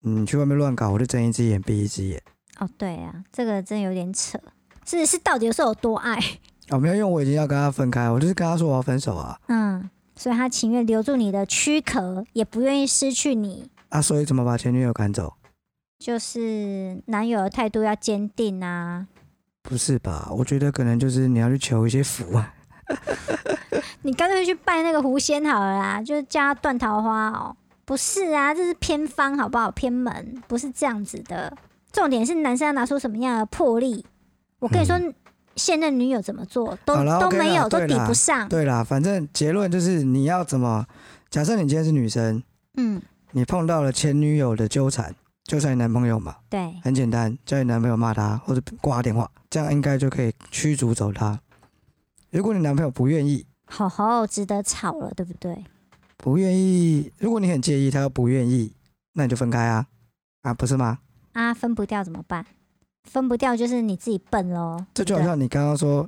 [SPEAKER 1] 你去外面乱搞，我就睁一只眼闭一只眼。
[SPEAKER 2] 哦，对啊，这个真有点扯。是是，到底是有多爱？
[SPEAKER 1] 哦，没有，因为我已经要跟他分开，我就是跟他说我要分手啊
[SPEAKER 2] 嗯，所以他情愿留住你的躯壳，也不愿意失去你。
[SPEAKER 1] 啊，所以怎么把前女友赶走？
[SPEAKER 2] 就是男友的态度要坚定啊！
[SPEAKER 1] 不是吧？我觉得可能就是你要去求一些福啊。
[SPEAKER 2] 你干脆去拜那个狐仙好了啦，就叫他断桃花哦。不是啊，这是偏方好不好？偏门不是这样子的。重点是男生要拿出什么样的魄力？我跟你说，现任女友怎么做都
[SPEAKER 1] 嗯好啦
[SPEAKER 2] 都
[SPEAKER 1] OK 啦
[SPEAKER 2] 没有，都
[SPEAKER 1] 对
[SPEAKER 2] 抵
[SPEAKER 1] 啦
[SPEAKER 2] 不上。
[SPEAKER 1] 对啦，反正结论就是你要怎么？假设你今天是女生，
[SPEAKER 2] 嗯，
[SPEAKER 1] 你碰到了前女友的纠缠，纠缠你男朋友嘛，
[SPEAKER 2] 对，
[SPEAKER 1] 很简单，叫你男朋友骂他或者挂他电话，这样应该就可以驱逐走他。如果你男朋友不愿意，
[SPEAKER 2] 好好值得吵了，对不对？
[SPEAKER 1] 不愿意，如果你很介意，他又不愿意，那你就分开啊，啊，不是吗？
[SPEAKER 2] 啊，分不掉怎么办？分不掉就是你自己笨喽。
[SPEAKER 1] 这就好
[SPEAKER 2] 对不
[SPEAKER 1] 像你刚刚说，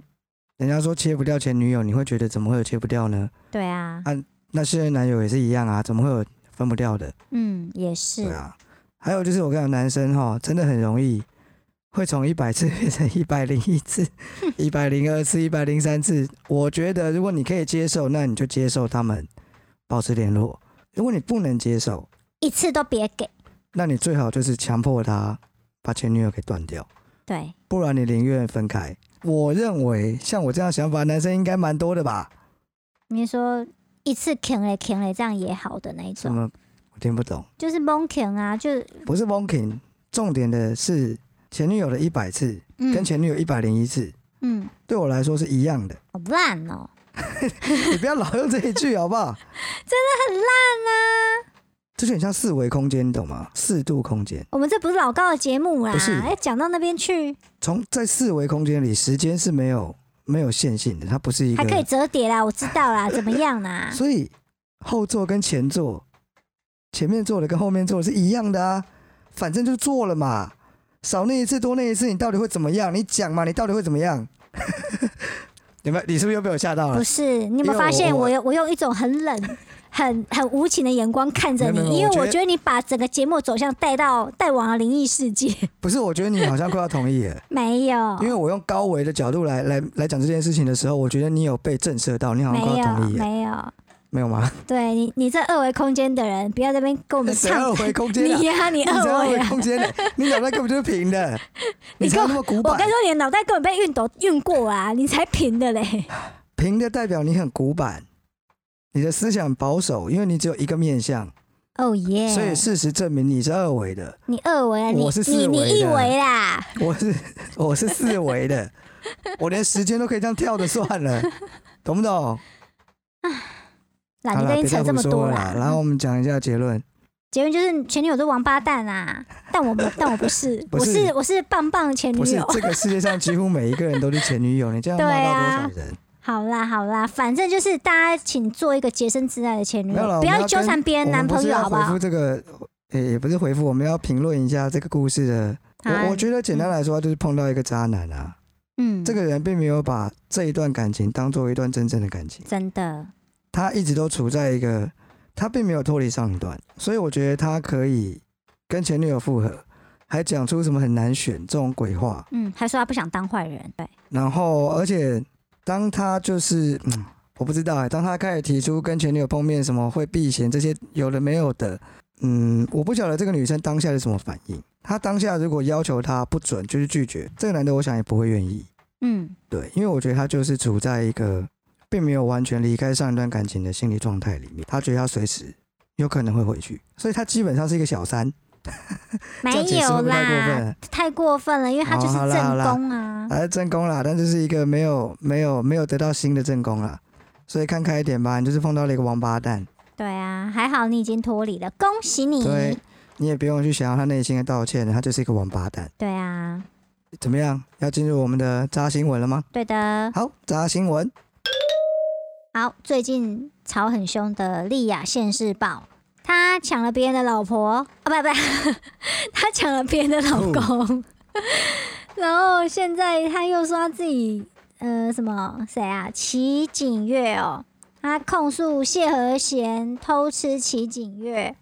[SPEAKER 1] 人家说切不掉前女友，你会觉得怎么会有切不掉呢？
[SPEAKER 2] 对对啊
[SPEAKER 1] 啊，那现任男友也是一样啊，怎么会有分不掉的？
[SPEAKER 2] 嗯，也是
[SPEAKER 1] 对，啊，还有就是我跟你讲，男生哈真的很容易会从一百次 变成一百零一 次、一百零二次、一百零三次。我觉得如果你可以接受，那你就接受他们保持联络；如果你不能接受，
[SPEAKER 2] 一次都别给。
[SPEAKER 1] 那你最好就是强迫他把前女友给断掉，
[SPEAKER 2] 对，
[SPEAKER 1] 不然你宁愿分开。我认为像我这样想法，男生应该蛮多的吧？
[SPEAKER 2] 你说一次啃嘞啃嘞，这样也好的那一
[SPEAKER 1] 什
[SPEAKER 2] 种。
[SPEAKER 1] 么我听不懂。
[SPEAKER 2] 就是 monkey 啊，就
[SPEAKER 1] 不是 bonking，重点的是前女友的一百次跟
[SPEAKER 2] 嗯
[SPEAKER 1] 前女友一百零一次，
[SPEAKER 2] 嗯，
[SPEAKER 1] 对我来说是一样 的。
[SPEAKER 2] 好烂哦、
[SPEAKER 1] 你不要老用这一 句好不好？
[SPEAKER 2] 很烂啊！
[SPEAKER 1] 这就很像四维空间，你懂吗？四度空间，
[SPEAKER 2] 我们这不是老高的节目啦
[SPEAKER 1] 不是，
[SPEAKER 2] 哎，讲到那边去
[SPEAKER 1] 从在四维空间里，时间是没有没有线性的，它不是一个。
[SPEAKER 2] 还可以啊折叠啦，我知 道啦，怎么样啦？
[SPEAKER 1] 所以后座跟前座，前面坐的跟后面坐的是一样的啊，反正就坐了嘛，少那一次多那一次，你到底会怎么样？你讲嘛，你到底会怎么样？ 有没有？你是不是又被我吓到了
[SPEAKER 2] 不？是，你有没有发
[SPEAKER 1] 因为
[SPEAKER 2] 现
[SPEAKER 1] 我
[SPEAKER 2] 我有我用一种很冷、很很无情的眼光看着
[SPEAKER 1] 没有没有
[SPEAKER 2] 你？因为
[SPEAKER 1] 我
[SPEAKER 2] 我
[SPEAKER 1] 觉得
[SPEAKER 2] 觉得你把整个节目走向带到带往了灵异世界。
[SPEAKER 1] 不是，我觉得你好像快要同意了，
[SPEAKER 2] 没有，
[SPEAKER 1] 因为我用高维的角度来来来讲这件事情的时候，我觉得你有被震慑到，你好像快
[SPEAKER 2] 没
[SPEAKER 1] 要
[SPEAKER 2] 有，
[SPEAKER 1] 同意了，
[SPEAKER 2] 没有。
[SPEAKER 1] 没有吗？
[SPEAKER 2] 对你，你这二维空间的人，不要在那边跟我 们
[SPEAKER 1] 谁
[SPEAKER 2] 唱
[SPEAKER 1] 二。维空间啊
[SPEAKER 2] 你？呀、你
[SPEAKER 1] 你才
[SPEAKER 2] 二
[SPEAKER 1] 二
[SPEAKER 2] 维、
[SPEAKER 1] 维
[SPEAKER 2] 啊。
[SPEAKER 1] 空间的，你脑袋根本就是平的，你
[SPEAKER 2] 你
[SPEAKER 1] 才
[SPEAKER 2] 跟
[SPEAKER 1] 那么古
[SPEAKER 2] 我
[SPEAKER 1] 板
[SPEAKER 2] 跟你。说，你的脑袋根本被熨斗熨过啊，你才平的嘞。
[SPEAKER 1] 平的代表你很古板，你的思想保守，因为你只有一个面向，
[SPEAKER 2] 哦耶！
[SPEAKER 1] 所以事实证明你是二维的，
[SPEAKER 2] 你二维啊，你
[SPEAKER 1] 我是四
[SPEAKER 2] 你
[SPEAKER 1] 维的
[SPEAKER 2] 你一维啦。
[SPEAKER 1] 我是我是四维 的，我连时间都可以这样跳的算了，懂不懂？
[SPEAKER 2] 懒
[SPEAKER 1] 好
[SPEAKER 2] 得
[SPEAKER 1] 啦，
[SPEAKER 2] 跟
[SPEAKER 1] 别
[SPEAKER 2] 你扯
[SPEAKER 1] 再
[SPEAKER 2] 这
[SPEAKER 1] 胡
[SPEAKER 2] 么多
[SPEAKER 1] 说了
[SPEAKER 2] 啦
[SPEAKER 1] 啦。。
[SPEAKER 2] 嗯
[SPEAKER 1] 然后我们讲一下结论，
[SPEAKER 2] 结论就是前女友都王八蛋啊，但我不但我不是，
[SPEAKER 1] 不
[SPEAKER 2] 我
[SPEAKER 1] 是
[SPEAKER 2] 是我是棒棒前女
[SPEAKER 1] 不是
[SPEAKER 2] 友。
[SPEAKER 1] 这个世界上几乎每一个人都是前女友，你这样骂
[SPEAKER 2] 对
[SPEAKER 1] 到多
[SPEAKER 2] 啊
[SPEAKER 1] 少人？
[SPEAKER 2] 好啦好啦，反正就是大家请做一个洁身自爱的前女
[SPEAKER 1] 没有啦
[SPEAKER 2] 友，
[SPEAKER 1] 我们要
[SPEAKER 2] 纠缠别
[SPEAKER 1] 我
[SPEAKER 2] 人男
[SPEAKER 1] 们不
[SPEAKER 2] 朋
[SPEAKER 1] 是
[SPEAKER 2] 友，
[SPEAKER 1] 要
[SPEAKER 2] 好不
[SPEAKER 1] 回
[SPEAKER 2] 好
[SPEAKER 1] 复？这个，也、也不是回复，我们要评论一下这个故事的。
[SPEAKER 2] 啊
[SPEAKER 1] 我我觉得简单来说，就是碰到一个渣男啊。
[SPEAKER 2] 嗯，
[SPEAKER 1] 这个人并没有把这一段感情当做一段真正的感情，
[SPEAKER 2] 真的
[SPEAKER 1] 他一直都处在一个他并没有脱离上一段，所以我觉得他可以跟前女友复合，还讲出什么很难选这种鬼话，
[SPEAKER 2] 嗯，还说他不想当坏人，对，
[SPEAKER 1] 然后而且当他就是嗯。我不知道哎、当他开始提出跟前女友碰面什么会避嫌这些有的没有的，嗯，我不晓得这个女生当下是什么反应。她当下如果要求他不准，就是拒绝，这个男的我想也不会愿意。
[SPEAKER 2] 嗯
[SPEAKER 1] 对，因为我觉得他就是处在一个并没有完全离开上一段感情的心理状态里面，他觉得他随时有可能会回去，所以他基本上是一个小三。
[SPEAKER 2] 没
[SPEAKER 1] 这样解释会
[SPEAKER 2] 有
[SPEAKER 1] 不会太过分
[SPEAKER 2] 啦，
[SPEAKER 1] 了？
[SPEAKER 2] 太过分了，因为他就是
[SPEAKER 1] 哦好啦好
[SPEAKER 2] 正
[SPEAKER 1] 啦呃
[SPEAKER 2] 宫啊，
[SPEAKER 1] 还是正宫啦，但就是一个没有没有没有得到新的正宫啦，所以看开一点吧，你就是碰到了一个王八蛋，
[SPEAKER 2] 对啊，还好你已经脱离了，恭喜你，
[SPEAKER 1] 对你也不用去想要他内心的道歉，他就是一个王八蛋。
[SPEAKER 2] 对啊，
[SPEAKER 1] 怎么样？要进入我们的渣新闻了吗？
[SPEAKER 2] 对的。
[SPEAKER 1] 好，渣新闻，
[SPEAKER 2] 好，最近吵很凶的丽雅现世报，她抢了别人的老婆啊，不不， 她抢了别人的老公，然后现在她又说她自己呃什么谁啊，齐景月哦，她控诉谢和弦偷吃齐景月，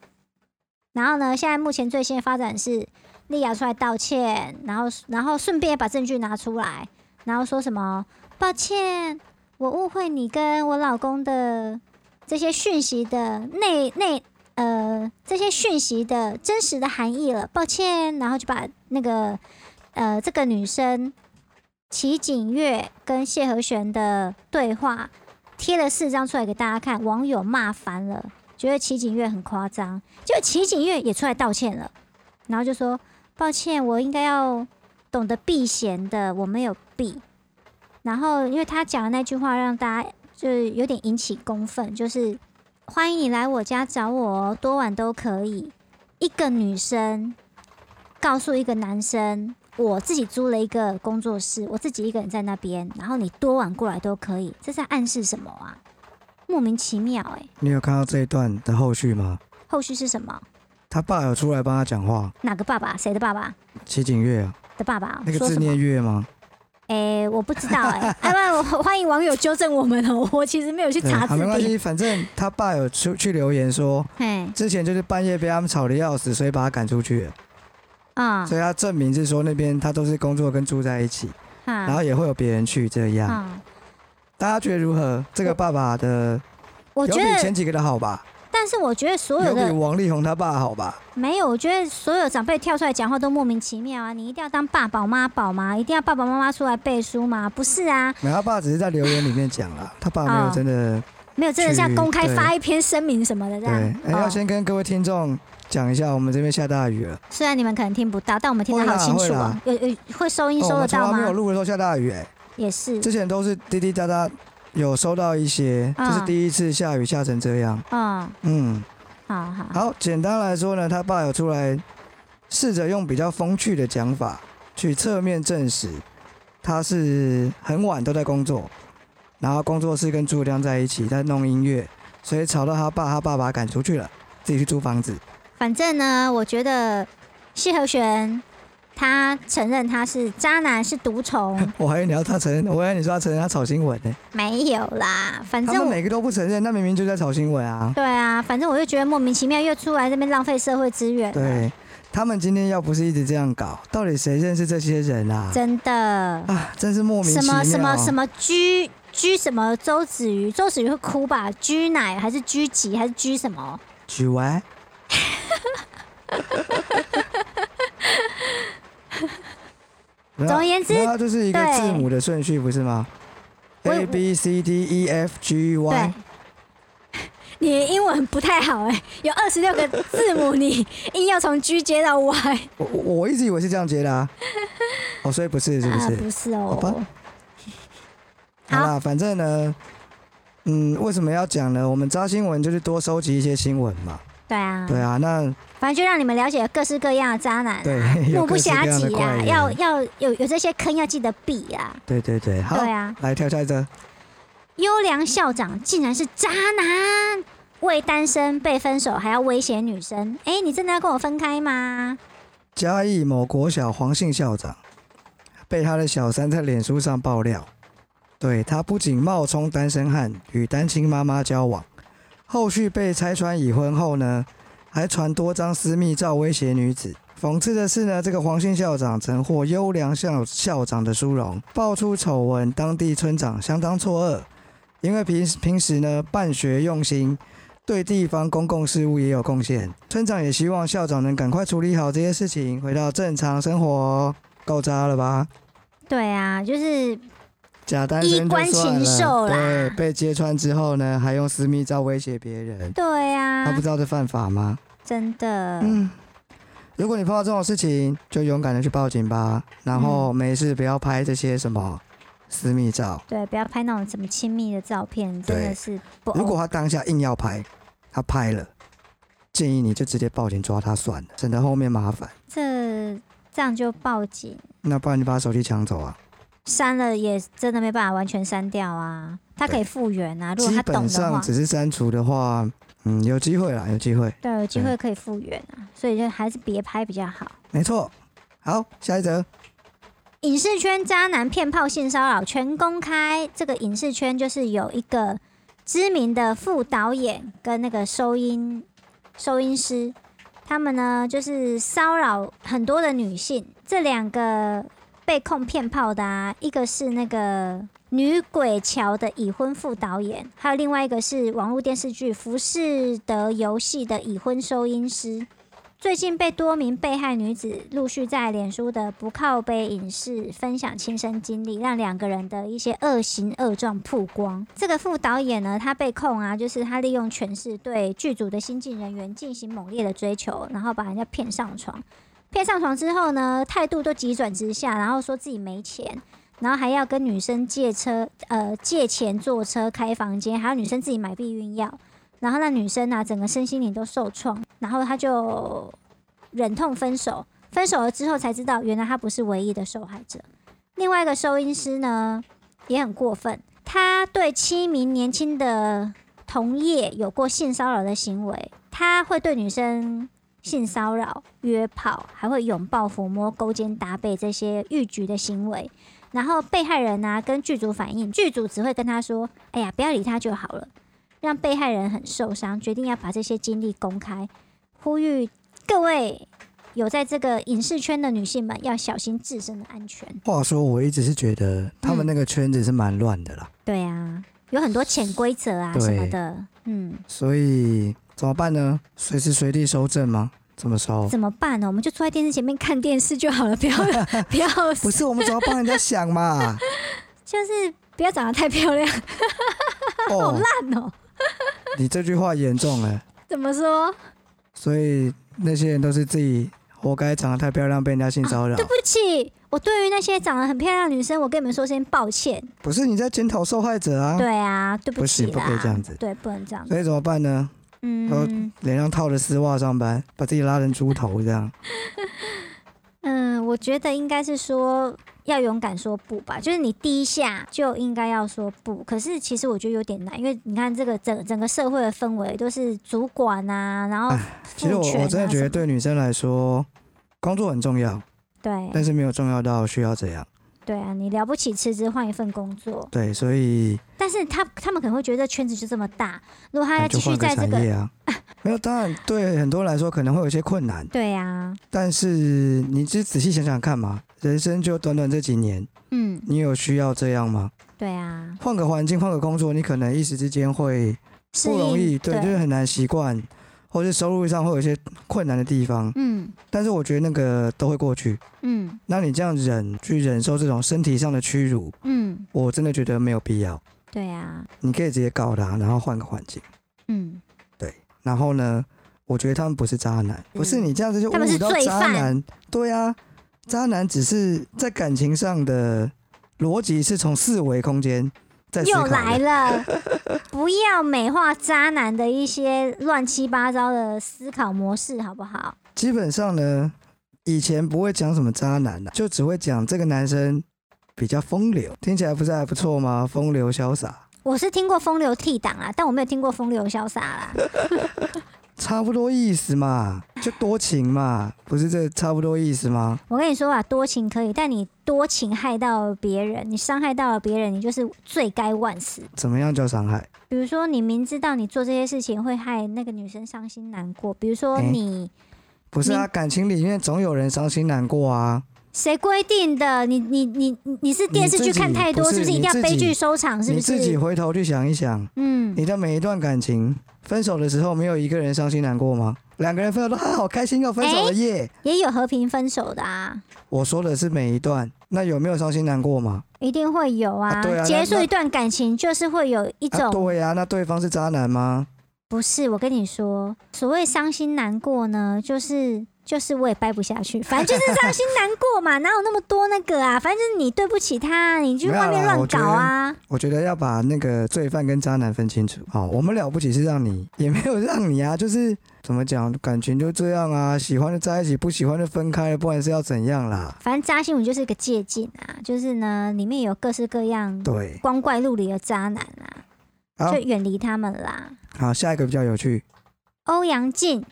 [SPEAKER 2] 然后呢，现在目前最新的发展是丽雅出来道歉，然后然后顺便也把证据拿出来，然后说什么抱歉。我误会你跟我老公的这些讯息的内内呃这些讯息的真实的含义了，抱歉。然后就把那个呃这个女生齐景月跟谢和弦的对话贴了四张出来给大家看，网友骂翻了，觉得齐景月很夸张，就齐景月也出来道歉了，然后就说抱歉，我应该要懂得避嫌的，我没有避。然后因为他讲的那句话让大家就是有点引起公愤，就是欢迎你来我家找我哦，多晚都可以。一个女生告诉一个男生，我自己租了一个工作室，我自己一个人在那边，然后你多晚过来都可以，这在暗示什么啊？莫名其妙哎、
[SPEAKER 1] 你有看到这一段的后续吗？
[SPEAKER 2] 后续是什么？
[SPEAKER 1] 他爸有出来帮他讲话，
[SPEAKER 2] 哪个爸爸？谁的爸爸
[SPEAKER 1] 齐景月啊，
[SPEAKER 2] 的爸爸？
[SPEAKER 1] 那个
[SPEAKER 2] 嗯说
[SPEAKER 1] 字
[SPEAKER 2] 什么？
[SPEAKER 1] 念月吗？
[SPEAKER 2] 哎、我不知道哎、哎、不我 欢迎网友纠正我们哦，我其实没有去
[SPEAKER 1] 对，嗯
[SPEAKER 2] 查
[SPEAKER 1] 好
[SPEAKER 2] 字
[SPEAKER 1] 没关
[SPEAKER 2] 典。
[SPEAKER 1] 系，反正他爸有出去留言说，
[SPEAKER 2] 嘿，
[SPEAKER 1] 之前就是半夜被他们吵得要死，所以把他赶出去了。
[SPEAKER 2] 啊、
[SPEAKER 1] 所以他证明是说那边他都是工作跟住在一起，
[SPEAKER 2] 啊
[SPEAKER 1] 然后也会有别人去这样。
[SPEAKER 2] 嗯，
[SPEAKER 1] 大家觉得如何？这个爸爸的
[SPEAKER 2] 我
[SPEAKER 1] 有
[SPEAKER 2] 觉
[SPEAKER 1] 比前
[SPEAKER 2] 得，
[SPEAKER 1] 几个的好吧？
[SPEAKER 2] 但是我觉得所有
[SPEAKER 1] 有比
[SPEAKER 2] 的
[SPEAKER 1] 王力宏他爸好吧？
[SPEAKER 2] 没有，我觉得所有长辈跳出来讲话都莫名其妙啊！你一定要当爸宝妈宝吗？一定要爸爸妈妈出来背书吗？不是啊，
[SPEAKER 1] 没有，他爸只是在留言里面讲了，他爸没有
[SPEAKER 2] 哦
[SPEAKER 1] 真的
[SPEAKER 2] 没有真的像
[SPEAKER 1] 去
[SPEAKER 2] 公开
[SPEAKER 1] 对
[SPEAKER 2] 发一篇声明什么的这
[SPEAKER 1] 对，
[SPEAKER 2] 样哦
[SPEAKER 1] 哎、。要先跟各位听众讲一下，我们这边下大雨了。
[SPEAKER 2] 虽然你们可能听不到，但我们听得
[SPEAKER 1] 会啦
[SPEAKER 2] 好清楚
[SPEAKER 1] 会
[SPEAKER 2] 哦
[SPEAKER 1] 啦。
[SPEAKER 2] 有有会收音
[SPEAKER 1] 哦我
[SPEAKER 2] 收得
[SPEAKER 1] 们从
[SPEAKER 2] 到
[SPEAKER 1] 来没有
[SPEAKER 2] 吗？嗯
[SPEAKER 1] 录的时候下大雨、哎，
[SPEAKER 2] 也是，
[SPEAKER 1] 之前都是滴滴答答，有收到一些，这
[SPEAKER 2] 嗯
[SPEAKER 1] 是第一次下雨下成这样。
[SPEAKER 2] 嗯，
[SPEAKER 1] 嗯，
[SPEAKER 2] 好好，
[SPEAKER 1] 好，简单来说呢，他爸有出来试着用比较风趣的讲法去侧面证实，他是很晚都在工作，然后工作室跟诸葛亮在一起在弄音乐，所以吵到他爸，他爸把他赶出去了，自己去租房子。
[SPEAKER 2] 反正呢，我觉得谢和弦他承认他是渣男，是毒虫，
[SPEAKER 1] 我还以为你要他承认，我还以为你说他承认他炒新闻呢、
[SPEAKER 2] 没有啦。反
[SPEAKER 1] 他
[SPEAKER 2] 正
[SPEAKER 1] 们
[SPEAKER 2] 我
[SPEAKER 1] 每个都不承认，那明明就在炒新闻啊。
[SPEAKER 2] 对啊，反正我就觉得莫名其妙又出来这边浪费社会资源，，
[SPEAKER 1] 对，他们今天要不是一直这样搞，到底谁认识这些人啊？
[SPEAKER 2] 真的。
[SPEAKER 1] 啊，真是莫名其
[SPEAKER 2] 什
[SPEAKER 1] 妙。
[SPEAKER 2] 么什么什么居居什么周子瑜，周子瑜会哭吧？居奶还是居几还是居什么？
[SPEAKER 1] 举完。没有
[SPEAKER 2] 总而言之
[SPEAKER 1] 没有它就是一个
[SPEAKER 2] 对
[SPEAKER 1] 字母的顺序，不是吗
[SPEAKER 2] 我
[SPEAKER 1] ？A B C D E F G
[SPEAKER 2] 对
[SPEAKER 1] Y，，
[SPEAKER 2] 你英文不太好哎、有二十六个字母，你硬要从 G 接到 Y，
[SPEAKER 1] 我我我一直以为是这样接的 啊，哦，所以不是，是不
[SPEAKER 2] 啊，
[SPEAKER 1] 是？
[SPEAKER 2] 不是
[SPEAKER 1] 好吧
[SPEAKER 2] 哦。
[SPEAKER 1] 好啦，反正呢，嗯，为什么要讲呢？我们扎新闻就是多收集一些新闻嘛。
[SPEAKER 2] 对啊，
[SPEAKER 1] 对啊，那
[SPEAKER 2] 反正就让你们了解各式各样的渣男、啊，
[SPEAKER 1] 对，
[SPEAKER 2] 目
[SPEAKER 1] 有
[SPEAKER 2] 不
[SPEAKER 1] 各式
[SPEAKER 2] 暇
[SPEAKER 1] 各样的
[SPEAKER 2] 及
[SPEAKER 1] 怪
[SPEAKER 2] 啊，
[SPEAKER 1] 人
[SPEAKER 2] 要要有有这些坑要记得避啊。
[SPEAKER 1] 对对对，好，
[SPEAKER 2] 对啊，
[SPEAKER 1] 来跳下一则，
[SPEAKER 2] 优良校长竟然是渣男，为单身被分手还要威胁女生，哎、你真的要跟我分开吗？
[SPEAKER 1] 嘉义某国小黄姓校长被他的小三在脸书上爆料，对他不仅冒充单身汉与单亲妈妈交往，后续被拆穿已婚后呢，还传多张私密照威胁女子。讽刺的是呢，这个黄姓校长曾获优良校校长的殊荣，爆出丑闻，当地村长相当错愕，因为平平时呢办学用心，对地方公共事务也有贡献。村长也希望校长能赶快处理好这些事情，回到正常生活。够渣了吧？
[SPEAKER 2] 对啊，就是
[SPEAKER 1] 假单身就
[SPEAKER 2] 衣
[SPEAKER 1] 算
[SPEAKER 2] 冠禽兽
[SPEAKER 1] 了，对，
[SPEAKER 2] 啦
[SPEAKER 1] 被揭穿之后呢，还用私密照威胁别人，
[SPEAKER 2] 对
[SPEAKER 1] 他
[SPEAKER 2] 啊
[SPEAKER 1] 不，知道这犯法吗？
[SPEAKER 2] 真的，
[SPEAKER 1] 嗯，如果你碰到这种事情，就勇敢的去报警吧，然后
[SPEAKER 2] 嗯
[SPEAKER 1] 没事不要拍这些什么私密照。
[SPEAKER 2] 对，不要拍那种什么亲密的照片，真的
[SPEAKER 1] 对
[SPEAKER 2] 是不 OK。
[SPEAKER 1] 如果他当下硬要拍，他拍了，建议你就直接报警抓他算了，省得后面麻烦。
[SPEAKER 2] 这这样就报警，
[SPEAKER 1] 那不然你把他手机抢走啊？
[SPEAKER 2] 删了也真的没办法完全删掉啊，他可以复原啊，如果
[SPEAKER 1] 基
[SPEAKER 2] 他懂
[SPEAKER 1] 本
[SPEAKER 2] 的
[SPEAKER 1] 上
[SPEAKER 2] 话，
[SPEAKER 1] 只是删除的话，嗯，有机会啦，有机会，
[SPEAKER 2] 对，有机会可以复原啊，所以就还是别拍比较好。
[SPEAKER 1] 没错。好，下一则，
[SPEAKER 2] 影视圈渣男骗炮性骚扰全公开，这个影视圈就是有一个知名的副导演跟那个收音收音师，他们呢就是骚扰很多的女性，这两个被控骗炮的啊，一个是那个。女鬼桥的已婚副导演，还有另外一个是网络电视剧《浮士德游戏》的已婚收音师。最近被多名被害女子陆续在脸书的不靠背影视分享亲身经历，让两个人的一些恶行恶状曝光。这个副导演呢，他被控啊，就是他利用权势对剧组的新进人员进行猛烈的追求，然后把人家骗上床。骗上床之后呢，态度都急转直下，然后说自己没钱，然后还要跟女生借车，呃，借钱坐车开房间，还有女生自己买避孕药。然后那女生啊，整个身心灵都受创，然后她就忍痛分手。分手了之后才知道，原来她不是唯一的受害者。另外一个收音师呢，也很过分，他对七名年轻的同业有过性骚扰的行为，他会对女生性骚扰、约炮，还会拥抱、抚摸、勾肩搭背这些欲举的行为。然后被害人啊跟剧组反映，剧组只会跟他说：“哎呀，不要理他就好了。”让被害人很受伤，决定要把这些经历公开，呼吁各位有在这个影视圈的女性们要小心自身的安全。
[SPEAKER 1] 话说我一直是觉得他们那个圈子是蛮乱的啦，
[SPEAKER 2] 对啊，有很多潜规则啊
[SPEAKER 1] 对
[SPEAKER 2] 什么的，嗯，
[SPEAKER 1] 所以怎么办呢？随时随地收证吗？怎么收？
[SPEAKER 2] 怎么办呢？我们就坐在电视前面看电视就好了， 不要不要，
[SPEAKER 1] 不是，我们总要帮人家 想嘛。
[SPEAKER 2] 就是不要长得太漂亮，
[SPEAKER 1] 哦，
[SPEAKER 2] 烂哦。
[SPEAKER 1] 你这句话严重了，
[SPEAKER 2] 怎么说？
[SPEAKER 1] 所以那些人都是自己活该长得太漂亮被人家性骚扰
[SPEAKER 2] 啊对。不起，我对于那些长得很漂亮的女生，我跟你们说声抱歉。
[SPEAKER 1] 不是你在检讨受害者啊？
[SPEAKER 2] 对啊，对
[SPEAKER 1] 不
[SPEAKER 2] 起
[SPEAKER 1] 行
[SPEAKER 2] 啦，
[SPEAKER 1] 不可以这样子
[SPEAKER 2] 对，嗯啊不能这样子。
[SPEAKER 1] 所以怎么办呢？
[SPEAKER 2] 嗯
[SPEAKER 1] 脸上套着丝袜上班，把自己拉成猪头这样。
[SPEAKER 2] 嗯，我觉得应该是说要勇敢说不吧，就是你第一下就应该要说不。可是其实我觉得有点难，因为你看这个整整个社会的氛围都是主管啊，然后
[SPEAKER 1] 哎其实
[SPEAKER 2] 父
[SPEAKER 1] 我
[SPEAKER 2] 权啊
[SPEAKER 1] 我真的觉
[SPEAKER 2] 什
[SPEAKER 1] 得
[SPEAKER 2] 么
[SPEAKER 1] 对女生来说，工作很重要，
[SPEAKER 2] 对
[SPEAKER 1] 但是没有重要到需要这样。
[SPEAKER 2] 对啊，你了不起辞职换一份工作，
[SPEAKER 1] 对，所以
[SPEAKER 2] 但是他他们可能会觉得圈子就这么大，如果他
[SPEAKER 1] 那
[SPEAKER 2] 要
[SPEAKER 1] 就
[SPEAKER 2] 继
[SPEAKER 1] 换
[SPEAKER 2] 续
[SPEAKER 1] 个
[SPEAKER 2] 在这
[SPEAKER 1] 产
[SPEAKER 2] 个，
[SPEAKER 1] 业啊。 没有，当然对很多人来说可能会有一些困难，
[SPEAKER 2] 对啊，
[SPEAKER 1] 但是你只仔细想想看嘛，人生就短短这几年，
[SPEAKER 2] 嗯，
[SPEAKER 1] 你有需要这样吗？
[SPEAKER 2] 对啊，
[SPEAKER 1] 换个环境，换个工作，你可能一时之间会
[SPEAKER 2] 适
[SPEAKER 1] 不容易，
[SPEAKER 2] 应
[SPEAKER 1] 对，就是很难习惯，或是收入上会有一些困难的地方。
[SPEAKER 2] 嗯
[SPEAKER 1] 但是我觉得那个都会过去。
[SPEAKER 2] 嗯
[SPEAKER 1] 那你这样忍去忍受这种身体上的屈辱，
[SPEAKER 2] 嗯，
[SPEAKER 1] 我真的觉得没有必要。
[SPEAKER 2] 对啊，
[SPEAKER 1] 你可以直接告他，然后换个环境。
[SPEAKER 2] 嗯，
[SPEAKER 1] 然后呢，我觉得他们不是渣男，
[SPEAKER 2] 嗯
[SPEAKER 1] 不是你这样子就
[SPEAKER 2] 他们
[SPEAKER 1] 侮
[SPEAKER 2] 是
[SPEAKER 1] 辱到
[SPEAKER 2] 罪
[SPEAKER 1] 渣
[SPEAKER 2] 犯
[SPEAKER 1] 男。对啊，渣男只是在感情上的逻辑是从四维空间在思
[SPEAKER 2] 又
[SPEAKER 1] 考
[SPEAKER 2] 来
[SPEAKER 1] 的。
[SPEAKER 2] 了，不要美化渣男的一些乱七八糟的思考模式，好不好？
[SPEAKER 1] 基本上呢，以前不会讲什么渣男的、就只会讲这个男生比较风流，听起来不是还不错吗？风流潇洒，
[SPEAKER 2] 我是听过风流倜傥啊，但我没有听过风流潇洒啦。
[SPEAKER 1] 差不多意思嘛，就多情嘛，不是这差不多意思吗？
[SPEAKER 2] 我跟你说啊，多情可以，但你多情害到了别人，你伤害到了别人，你就是罪该万死。
[SPEAKER 1] 怎么样叫伤害？
[SPEAKER 2] 比如说，你明知道你做这些事情会害那个女生伤心难过，比如说
[SPEAKER 1] 哎
[SPEAKER 2] 你
[SPEAKER 1] 不是啊，感情里面总有人伤心难过啊。
[SPEAKER 2] 谁规定的？你你你你你是电视
[SPEAKER 1] 你
[SPEAKER 2] 剧
[SPEAKER 1] 自己
[SPEAKER 2] 看太多，
[SPEAKER 1] 不
[SPEAKER 2] 是
[SPEAKER 1] 是
[SPEAKER 2] 不是一定要
[SPEAKER 1] 你自己
[SPEAKER 2] 悲剧收场？是不
[SPEAKER 1] 你自己
[SPEAKER 2] 是？
[SPEAKER 1] 回头去想一想，
[SPEAKER 2] 嗯，
[SPEAKER 1] 你的每一段感情，分手的时候没有一个人伤心难过吗？两个人分手都啊好开心要分手了耶。
[SPEAKER 2] 也有和平分手的啊。
[SPEAKER 1] 我说的是每一段，那有没有伤心难过吗？
[SPEAKER 2] 一定会有啊！
[SPEAKER 1] 啊对啊
[SPEAKER 2] 结
[SPEAKER 1] 那
[SPEAKER 2] 束
[SPEAKER 1] 那
[SPEAKER 2] 一段感情，就是会有一
[SPEAKER 1] 啊，
[SPEAKER 2] 种、
[SPEAKER 1] 对呀、那对方是渣男吗？
[SPEAKER 2] 不是。我跟你说，所谓伤心难过呢，就是就是我也掰不 下去，反正就是伤心难过嘛，哪有那么多那个啊？反正就是你对不起他，你去
[SPEAKER 1] 没有
[SPEAKER 2] 外面
[SPEAKER 1] 啦
[SPEAKER 2] 乱
[SPEAKER 1] 我
[SPEAKER 2] 搞
[SPEAKER 1] 觉得
[SPEAKER 2] 啊！
[SPEAKER 1] 我觉得要把那个罪犯跟渣男分清楚。好，我们了不起是让你，也没有让你啊， 就是怎么讲，感情就这样啊，喜欢就在一起，不喜欢就分开，不然是要怎样啦？
[SPEAKER 2] 反正渣新闻就是个借鉴啊，就是呢，里面有各式各样
[SPEAKER 1] 对，
[SPEAKER 2] 光怪陆离的渣男啊，
[SPEAKER 1] 好
[SPEAKER 2] 就远离他们啦。
[SPEAKER 1] 好，下一个比较有趣，
[SPEAKER 2] 欧阳靖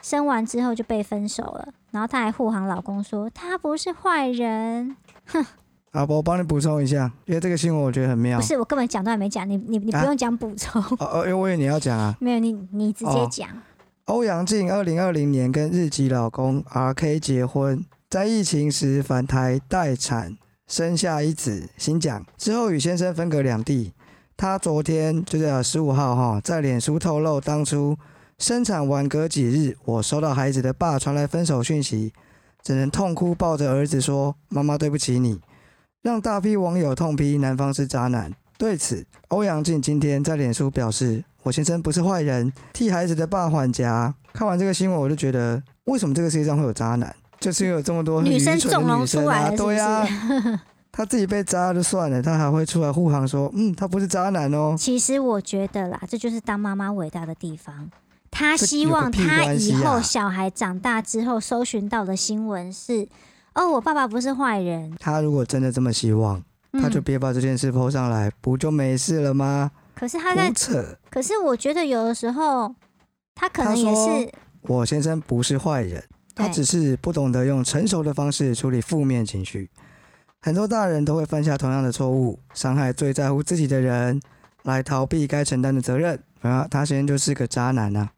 [SPEAKER 2] 生完之后就被分手了，然后她还护航老公说他不是坏人。
[SPEAKER 1] 阿伯，我帮你补充一下，因为这个新闻我觉得很妙
[SPEAKER 2] 不。是，我根本讲都还没讲，你你你不
[SPEAKER 1] 哦啊
[SPEAKER 2] 用讲补充，
[SPEAKER 1] 哦哦，因为我以为你要讲啊，
[SPEAKER 2] 没有你你直接
[SPEAKER 1] 哦
[SPEAKER 2] 讲。
[SPEAKER 1] 欧阳靖二零二零年跟日籍老公 R K 结婚，在疫情时返台待产，生下一子新蒋，之后与先生分隔两地。她昨天就是十五号哈，在脸书透露，当初生产完隔几日，我收到孩子的爸传来分手讯息，只能痛哭抱着儿子说：“妈妈对不起你。”让大批网友痛批男方是渣男。对此，欧阳靖今天在脸书表示：“我先生不是坏人，替孩子的爸还家。”看完这个新闻，我就觉得，为什么这个世界上会有渣男？就是因为有这么多
[SPEAKER 2] 女
[SPEAKER 1] 愚
[SPEAKER 2] 生
[SPEAKER 1] 蠢
[SPEAKER 2] 纵
[SPEAKER 1] 的
[SPEAKER 2] 容
[SPEAKER 1] 女生
[SPEAKER 2] 出来
[SPEAKER 1] 啊，
[SPEAKER 2] 了是不
[SPEAKER 1] 对
[SPEAKER 2] 是
[SPEAKER 1] 啊，他自己被渣就算了，他还会出来护航说：“嗯，他不是渣男哦。
[SPEAKER 2] 其实我觉得啦，这就是当妈妈伟大的地方。她
[SPEAKER 1] 这
[SPEAKER 2] 希
[SPEAKER 1] 有个
[SPEAKER 2] 望
[SPEAKER 1] 屁
[SPEAKER 2] 她
[SPEAKER 1] 关
[SPEAKER 2] 以
[SPEAKER 1] 系啊
[SPEAKER 2] 后小孩长大之后搜寻到的新闻是：哦，我爸爸不是坏人”。
[SPEAKER 1] 他如果真的这么希望，
[SPEAKER 2] 嗯、
[SPEAKER 1] 他就别把这件事抛上来，不就没事了吗？
[SPEAKER 2] 可是他在
[SPEAKER 1] 胡，扯！
[SPEAKER 2] 可是我觉得有的时候他可
[SPEAKER 1] 他
[SPEAKER 2] 能也
[SPEAKER 1] 说
[SPEAKER 2] 是
[SPEAKER 1] 我先生不是坏人，他
[SPEAKER 2] 对
[SPEAKER 1] 只是不懂得用成熟的方式处理负面情绪。很多大人都会犯下同样的错误，伤害最在乎自己的人，来逃避该承担的责任。啊，他先生就是个渣男啊！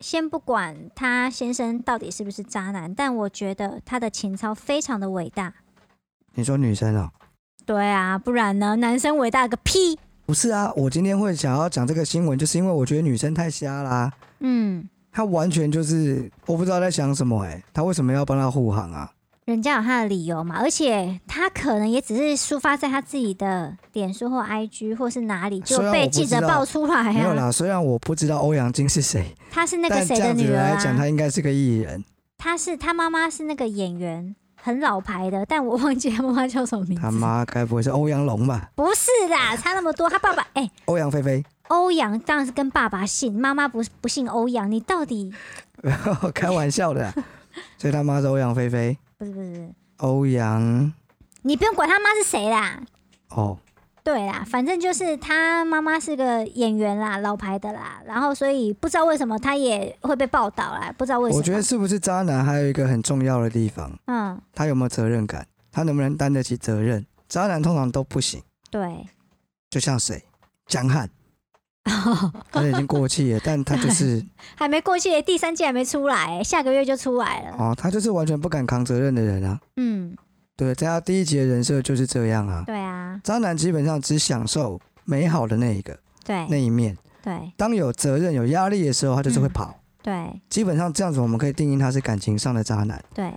[SPEAKER 2] 先不管他先生到底是不是渣男，但我觉得他的情操非常的伟大。
[SPEAKER 1] 你说女生啊、
[SPEAKER 2] 对啊，不然呢？男生伟大个屁！
[SPEAKER 1] 不是啊，我今天会想要讲这个新闻，就是因为我觉得女生太瞎啦、
[SPEAKER 2] 嗯，
[SPEAKER 1] 欸她完全就是我不知道在想什么哎、她为什么要帮他护航啊？
[SPEAKER 2] 人家有他的理由嘛，而且他可能也只是抒发在他自己的脸书或 IG 或是哪里
[SPEAKER 1] 虽
[SPEAKER 2] 就
[SPEAKER 1] 然我
[SPEAKER 2] 被
[SPEAKER 1] 不
[SPEAKER 2] 记者
[SPEAKER 1] 知道
[SPEAKER 2] 爆出来
[SPEAKER 1] 没有
[SPEAKER 2] 啊。
[SPEAKER 1] 啦，虽然我不知道欧阳菁是谁，
[SPEAKER 2] 他 是那个
[SPEAKER 1] 但这
[SPEAKER 2] 谁的
[SPEAKER 1] 样子
[SPEAKER 2] 女儿
[SPEAKER 1] 来
[SPEAKER 2] 啊？
[SPEAKER 1] 讲，他应该是个艺人。
[SPEAKER 2] 他是他妈妈是那个演员，很老牌的，但我忘记他妈妈叫什么名字。
[SPEAKER 1] 他妈该不会是欧阳龙吧？
[SPEAKER 2] 不是啦，差那么多。他爸 爸哎、
[SPEAKER 1] 欧阳菲菲？
[SPEAKER 2] 欧阳当然是跟爸爸姓，妈妈不是不姓欧阳。你到底
[SPEAKER 1] 开玩笑的啦，啊所以他妈是欧阳菲菲。
[SPEAKER 2] 不是不是不是？
[SPEAKER 1] 欧阳
[SPEAKER 2] 你不用管他妈是谁啦。
[SPEAKER 1] 哦，
[SPEAKER 2] 对啦，反正就是他妈妈是个演员啦，老牌的啦，然后所以不知道为什么他也会被报道啦，不知道为什么。
[SPEAKER 1] 我觉得是不是渣男还有一个很重要的地方，
[SPEAKER 2] 嗯，
[SPEAKER 1] 他有没有责任感，他能不能担得起责任？渣男通常都不行，
[SPEAKER 2] 对，
[SPEAKER 1] 就像谁，江 汉，他已经过气了，但他就是
[SPEAKER 2] 还没过去，第三季还没出来、下个月就出来了。
[SPEAKER 1] 哦，他就是完全不敢扛责任的人啊。
[SPEAKER 2] 嗯，
[SPEAKER 1] 对，在他第一集的人设就是这样啊。
[SPEAKER 2] 对啊，
[SPEAKER 1] 渣男基本上只享受美好的那一个
[SPEAKER 2] 对
[SPEAKER 1] 那一面，
[SPEAKER 2] 对
[SPEAKER 1] 当有责任、有压力的时候，他就是会
[SPEAKER 2] 嗯
[SPEAKER 1] 跑。
[SPEAKER 2] 对
[SPEAKER 1] 基本上这样子，我们可以定义他是感情上的渣男。
[SPEAKER 2] 对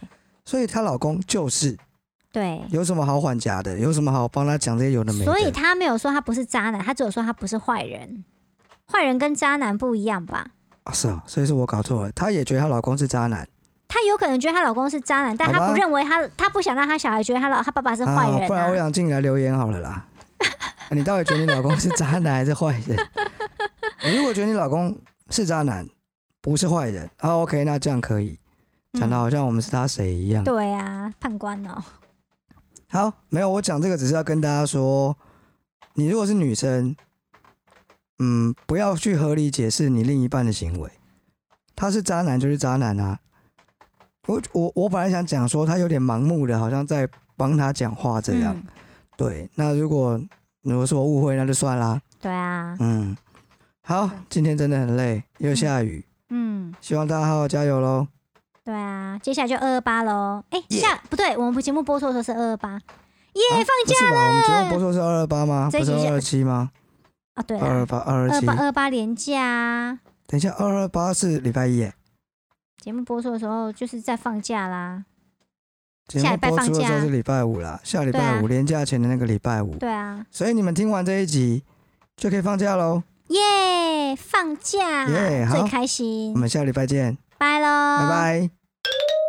[SPEAKER 1] 所以她老公就是
[SPEAKER 2] 对，
[SPEAKER 1] 有什么好缓夹的，有什么好帮他讲这些有的没的。
[SPEAKER 2] 所以他没有说他不是渣男，他只有说他不是坏人。坏人跟渣男不一样吧？
[SPEAKER 1] 啊是啊，所以是我搞错了，她也觉得她老公是渣男，
[SPEAKER 2] 她有可能觉得她老公是渣男，但
[SPEAKER 1] 好吧
[SPEAKER 2] 她不认为她，她不想让她小孩觉得她老她爸爸是坏
[SPEAKER 1] 啊
[SPEAKER 2] 人、
[SPEAKER 1] 不然欧阳靖来留言好了 啦。你到底觉得你老公是渣男还是坏人？你如果觉得你老公是渣男，不是坏人，啊 OK，那这样可以。讲的
[SPEAKER 2] 嗯
[SPEAKER 1] 好像我们是他谁一样。
[SPEAKER 2] 对啊，判官哦、
[SPEAKER 1] 好，没有，我讲这个只是要跟大家说，你如果是女生，嗯，不要去合理解释你另一半的行为，他是渣男就是渣男啊。我我我本来想讲说他有点盲目的，好像在帮他讲话这样。
[SPEAKER 2] 嗯
[SPEAKER 1] 对，那如果如果是我误会，那就算啦。
[SPEAKER 2] 对啊，
[SPEAKER 1] 嗯，好，今天真的很累，又下雨，
[SPEAKER 2] 嗯，
[SPEAKER 1] 希望大家好好加油喽。
[SPEAKER 2] 对啊，接下来就二二八喽。哎、
[SPEAKER 1] 耶
[SPEAKER 2] 下不对，我们节目播出的时候是二二八
[SPEAKER 1] 啊
[SPEAKER 2] 耶，放
[SPEAKER 1] 不是
[SPEAKER 2] 假
[SPEAKER 1] 吧？我们节目
[SPEAKER 2] 了
[SPEAKER 1] 不是说是二二八吗？
[SPEAKER 2] 这一
[SPEAKER 1] 不是
[SPEAKER 2] 集是
[SPEAKER 1] 二二七吗？
[SPEAKER 2] 啊，对
[SPEAKER 1] 二二
[SPEAKER 2] 了，
[SPEAKER 1] 八二二
[SPEAKER 2] 二
[SPEAKER 1] 七
[SPEAKER 2] 八。二八连假啊，
[SPEAKER 1] 等一下，二二八是礼拜一耶。
[SPEAKER 2] 节目播出的时候就是在放假啦。
[SPEAKER 1] 节
[SPEAKER 2] 下
[SPEAKER 1] 目
[SPEAKER 2] 礼拜
[SPEAKER 1] 播
[SPEAKER 2] 放
[SPEAKER 1] 出的时候
[SPEAKER 2] 假
[SPEAKER 1] 是礼拜五啦，下礼
[SPEAKER 2] 对
[SPEAKER 1] 拜
[SPEAKER 2] 啊
[SPEAKER 1] 五连假前的那个礼拜五，
[SPEAKER 2] 对啊，
[SPEAKER 1] 所以你们听完这一集就可以放假喽。
[SPEAKER 2] 耶，放假
[SPEAKER 1] 耶好
[SPEAKER 2] 最开心
[SPEAKER 1] 我，们下礼拜见，
[SPEAKER 2] 拜喽，
[SPEAKER 1] 拜拜。